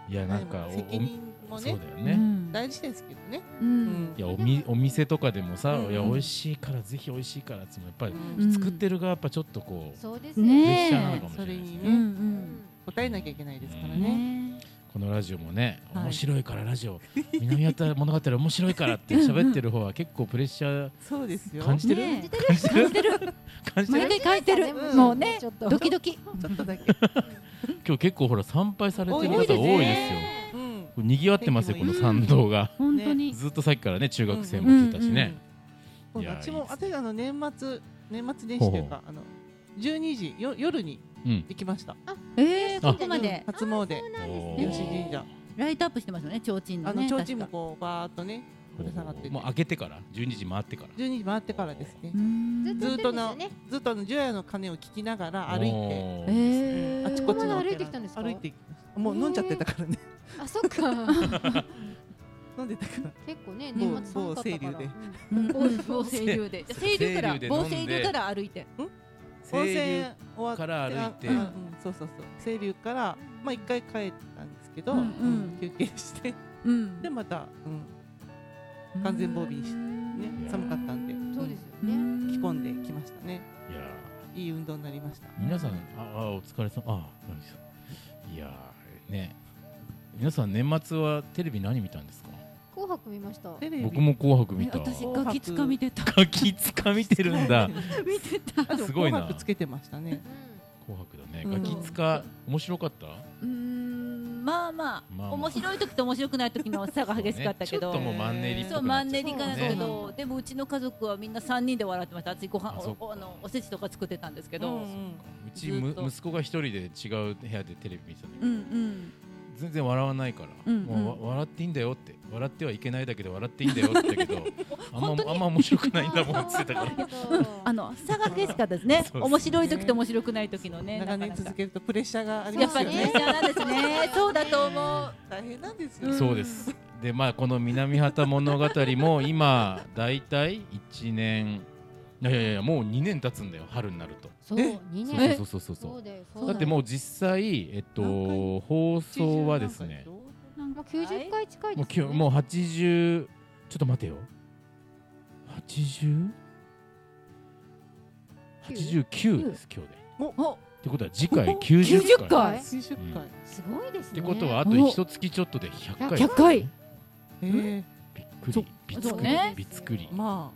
[SPEAKER 1] ん
[SPEAKER 2] いやなんかお
[SPEAKER 1] 責任
[SPEAKER 2] お
[SPEAKER 1] も
[SPEAKER 2] そう
[SPEAKER 1] ね
[SPEAKER 2] だよ
[SPEAKER 4] う
[SPEAKER 2] ね。
[SPEAKER 4] ん
[SPEAKER 1] 大事ですけどね。
[SPEAKER 4] う
[SPEAKER 1] うんん
[SPEAKER 2] いやおみお店とかでもさ、
[SPEAKER 1] うん
[SPEAKER 2] いや美味しいからぜひ美味しいからってもやっぱり
[SPEAKER 1] うん
[SPEAKER 4] うん
[SPEAKER 2] 作ってる側やっぱちょっとこう、
[SPEAKER 3] そうですよ
[SPEAKER 2] プレッ
[SPEAKER 4] ね
[SPEAKER 2] シャーなの
[SPEAKER 4] え
[SPEAKER 2] か。もしれないです
[SPEAKER 1] そ
[SPEAKER 2] ね
[SPEAKER 1] れ
[SPEAKER 4] う
[SPEAKER 1] にね
[SPEAKER 4] ん
[SPEAKER 1] 答えなきゃいけないですから
[SPEAKER 4] うん。
[SPEAKER 1] ね。
[SPEAKER 4] ねえ。
[SPEAKER 2] このラジオもね
[SPEAKER 1] はい
[SPEAKER 2] 面白いからラジオ、南やった物語面白いからって喋ってる方は結構プレッシャ
[SPEAKER 1] そうですよ。
[SPEAKER 2] ー感じてる、
[SPEAKER 4] ね
[SPEAKER 2] 感じてる 感じてる
[SPEAKER 4] 毎回書いてる。
[SPEAKER 1] うん
[SPEAKER 4] もうね、
[SPEAKER 3] ちょっと
[SPEAKER 4] ドキドキ。
[SPEAKER 1] ちょっとだけ。
[SPEAKER 2] 今日結構ほら参拝されてる方多いですよ
[SPEAKER 1] 多いです
[SPEAKER 3] ね
[SPEAKER 1] うん。
[SPEAKER 2] にぎわってますよこの参道が、
[SPEAKER 4] 本当に。
[SPEAKER 2] ずっとさっきからね中学生も来てたしね、
[SPEAKER 1] うん。
[SPEAKER 2] いや
[SPEAKER 1] 私も
[SPEAKER 2] いい
[SPEAKER 1] あ
[SPEAKER 2] ですね
[SPEAKER 1] とあの年末年末年始というかあの12時よ夜に
[SPEAKER 2] うん
[SPEAKER 1] 行きました。
[SPEAKER 4] ええ、
[SPEAKER 2] あ
[SPEAKER 4] ここまで
[SPEAKER 1] 初詣
[SPEAKER 2] お
[SPEAKER 1] 吉
[SPEAKER 2] ー
[SPEAKER 1] 神社。
[SPEAKER 4] ライトアップしてますよね、提灯
[SPEAKER 1] あの
[SPEAKER 4] の
[SPEAKER 1] 提
[SPEAKER 4] ね。
[SPEAKER 1] 灯も
[SPEAKER 4] 確か
[SPEAKER 1] こうバーっとねぶら下がってて。
[SPEAKER 2] もう開けてから12時回ってから
[SPEAKER 1] 12時回ってからですね
[SPEAKER 4] う。ん
[SPEAKER 3] ずっ
[SPEAKER 1] ず
[SPEAKER 3] と
[SPEAKER 1] っと
[SPEAKER 3] や
[SPEAKER 1] の
[SPEAKER 3] ってるんです
[SPEAKER 1] ずっとあの除夜の鐘を聞きながら歩いて。
[SPEAKER 2] お
[SPEAKER 4] え
[SPEAKER 2] ー
[SPEAKER 4] え。
[SPEAKER 1] あちこちのお寺
[SPEAKER 3] そんなの歩いてきたんですか
[SPEAKER 1] 歩いてきましたもう飲んじゃってたからね
[SPEAKER 3] あそっか
[SPEAKER 1] 飲んでたから
[SPEAKER 3] 結構ね年末寒かった
[SPEAKER 1] 某
[SPEAKER 3] か
[SPEAKER 1] 清流
[SPEAKER 3] ら
[SPEAKER 1] で
[SPEAKER 3] うん
[SPEAKER 4] 防清流 で。じゃあ清流
[SPEAKER 2] 清流
[SPEAKER 4] から
[SPEAKER 2] で飲んで
[SPEAKER 4] 防清流から歩いて。
[SPEAKER 1] 温
[SPEAKER 2] 清
[SPEAKER 1] 泉
[SPEAKER 2] 流
[SPEAKER 1] 終わって
[SPEAKER 2] から歩いて
[SPEAKER 1] うんうんそうそうそう清流からまあ一回帰ったんですけど、
[SPEAKER 4] うんうん
[SPEAKER 1] 休憩して
[SPEAKER 4] うん
[SPEAKER 1] でまた、うん、完全防備して、ね、寒かったんで
[SPEAKER 3] そうですよ
[SPEAKER 4] う
[SPEAKER 3] ね
[SPEAKER 4] ん
[SPEAKER 1] 着込んできましたね
[SPEAKER 2] いや
[SPEAKER 1] いい運動になりました
[SPEAKER 2] ー皆さんああお疲れさあ何さんいやーね皆さん年末はテレビ何見たんですか
[SPEAKER 3] 紅白見ました
[SPEAKER 1] テレビ
[SPEAKER 2] 僕も紅白見
[SPEAKER 4] え
[SPEAKER 2] た
[SPEAKER 4] 私
[SPEAKER 1] が
[SPEAKER 4] ガキつかみてた。
[SPEAKER 2] ガキつか見てるん だ
[SPEAKER 4] 見てた。
[SPEAKER 1] あでも
[SPEAKER 2] すごいな
[SPEAKER 1] 紅白つけてましたね
[SPEAKER 3] う
[SPEAKER 2] 紅白だね
[SPEAKER 1] うん
[SPEAKER 2] ガキつか面白かった
[SPEAKER 4] うーんまあま
[SPEAKER 2] まあまあ
[SPEAKER 4] あ面白い時と面白くない時の差が激しかったけど
[SPEAKER 2] そうねちょっともうマンネリっぽくなっちゃった
[SPEAKER 4] そうマンネリ化なんだけ
[SPEAKER 2] ね
[SPEAKER 4] どでもうちの家族はみんな3人で笑ってました熱いご飯
[SPEAKER 2] あそっか
[SPEAKER 4] おあのおせちとか作ってたんですけ
[SPEAKER 1] う
[SPEAKER 4] ど
[SPEAKER 1] ん
[SPEAKER 2] うちむ
[SPEAKER 4] ずっと
[SPEAKER 2] 息子が一人で違う部屋でテレビ見てたんだけ
[SPEAKER 4] う
[SPEAKER 2] ど
[SPEAKER 4] ん
[SPEAKER 2] 全然笑わないから、
[SPEAKER 4] うんうん
[SPEAKER 2] もうわ笑っていいんだよって笑ってはいけないだけど笑っていいんだよって言ったけ どあん
[SPEAKER 4] 本当
[SPEAKER 2] まあ
[SPEAKER 4] に
[SPEAKER 2] んま面白く
[SPEAKER 3] ん
[SPEAKER 2] ないんだもんって言ってたから
[SPEAKER 3] そうなんだけど
[SPEAKER 4] あの差が激しかったですね
[SPEAKER 2] そうそう
[SPEAKER 4] 面白い時と面白くない時のね
[SPEAKER 1] 長
[SPEAKER 4] なか
[SPEAKER 1] 年
[SPEAKER 4] なか
[SPEAKER 1] 続けるとプレッシャーがあり
[SPEAKER 4] や
[SPEAKER 1] ま
[SPEAKER 4] っ
[SPEAKER 1] す
[SPEAKER 4] ぱ
[SPEAKER 1] よ
[SPEAKER 4] りね
[SPEAKER 1] ね
[SPEAKER 4] じゃあなんですねそうだと思う
[SPEAKER 1] 大変なんですよ、
[SPEAKER 4] うん
[SPEAKER 2] そうです。でまあこの南畑物語も今だいたい1年いやいやいやもう2年経つんだよ春になると。
[SPEAKER 3] そう二
[SPEAKER 2] そ
[SPEAKER 3] 年
[SPEAKER 2] うそうそうそう
[SPEAKER 3] そ
[SPEAKER 2] そう
[SPEAKER 3] だよ
[SPEAKER 2] う。
[SPEAKER 3] そ
[SPEAKER 2] だ
[SPEAKER 3] う
[SPEAKER 2] っ
[SPEAKER 3] だ
[SPEAKER 2] て
[SPEAKER 3] よ
[SPEAKER 2] もう実際えっと
[SPEAKER 1] 何
[SPEAKER 2] 放送はですね
[SPEAKER 4] なん
[SPEAKER 3] もう
[SPEAKER 4] か
[SPEAKER 3] 九十回近い
[SPEAKER 2] もう
[SPEAKER 3] です
[SPEAKER 2] き
[SPEAKER 3] よ
[SPEAKER 2] ゅ
[SPEAKER 3] ね
[SPEAKER 2] もう80ちょっと待てよ 80? 89です今日で。
[SPEAKER 4] お
[SPEAKER 2] ってことは次回90
[SPEAKER 4] 90
[SPEAKER 2] 回。
[SPEAKER 4] 回
[SPEAKER 1] 90回、
[SPEAKER 3] すごいです
[SPEAKER 2] っ
[SPEAKER 3] ね
[SPEAKER 2] てことはあと
[SPEAKER 4] お
[SPEAKER 2] 一月ちょっとで100回。
[SPEAKER 4] 100回
[SPEAKER 1] えー
[SPEAKER 2] びっく
[SPEAKER 4] そう
[SPEAKER 2] りびつ
[SPEAKER 4] そ
[SPEAKER 2] く
[SPEAKER 4] う
[SPEAKER 2] り
[SPEAKER 4] ね
[SPEAKER 2] びつくり
[SPEAKER 1] ま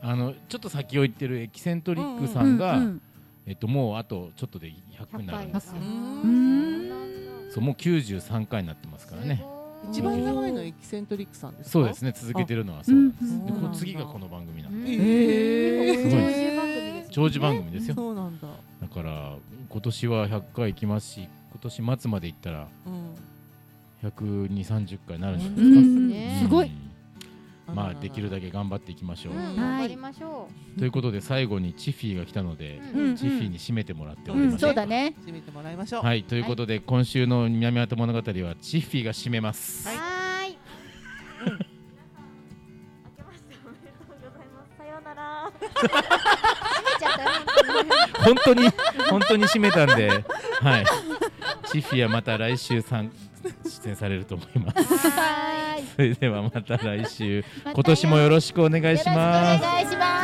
[SPEAKER 2] あのちょっと先を行ってるエキセントリックさんが、
[SPEAKER 4] うんうん
[SPEAKER 2] えっと、もうあとちょっとで100になるんです
[SPEAKER 4] う
[SPEAKER 2] よ
[SPEAKER 1] ん
[SPEAKER 4] うーん
[SPEAKER 2] そうもう93回になってますからね
[SPEAKER 1] あ一番長いのエキセントリックさんですか
[SPEAKER 2] そうです
[SPEAKER 1] ね
[SPEAKER 2] ね続けてるのはそうなんです、
[SPEAKER 4] うん
[SPEAKER 2] で
[SPEAKER 1] うん
[SPEAKER 2] この次がこの番組なんで
[SPEAKER 1] え
[SPEAKER 4] へ
[SPEAKER 1] ー、
[SPEAKER 2] すごいです
[SPEAKER 3] 長寿番組
[SPEAKER 2] 長寿番組
[SPEAKER 3] です
[SPEAKER 2] ですよ
[SPEAKER 1] そうなんだ、
[SPEAKER 2] だから今年は100回行きますし今年末まで行ったら
[SPEAKER 1] うん、
[SPEAKER 2] 12030回になるんじゃないです
[SPEAKER 4] う
[SPEAKER 2] か、
[SPEAKER 4] ん
[SPEAKER 3] ね
[SPEAKER 4] すごい
[SPEAKER 2] うんまあできるだけ頑張っていきましょう、
[SPEAKER 3] うん、
[SPEAKER 4] はい
[SPEAKER 3] 頑張りましょ
[SPEAKER 2] ということで最後にチフィーが来たので
[SPEAKER 3] う、、
[SPEAKER 4] うん
[SPEAKER 2] チフィーに締めてもらっており
[SPEAKER 4] う
[SPEAKER 2] ます、
[SPEAKER 4] んそうだね
[SPEAKER 1] け締めてもらいましょう、
[SPEAKER 2] はいということで、今週の南畑物語はチフィーが締めます、
[SPEAKER 3] はーい
[SPEAKER 7] 明けましておめでとうございます。さようなら。
[SPEAKER 3] 閉めちゃったね
[SPEAKER 2] 本当に本当に締めたんで、はい。チフィはまた来週さん出演されると思います。
[SPEAKER 3] はーい
[SPEAKER 2] それではまた来週、
[SPEAKER 3] また
[SPEAKER 2] 今年もよろしくお願いし
[SPEAKER 3] よろ
[SPEAKER 2] ま
[SPEAKER 3] しく
[SPEAKER 2] す
[SPEAKER 3] お。願いします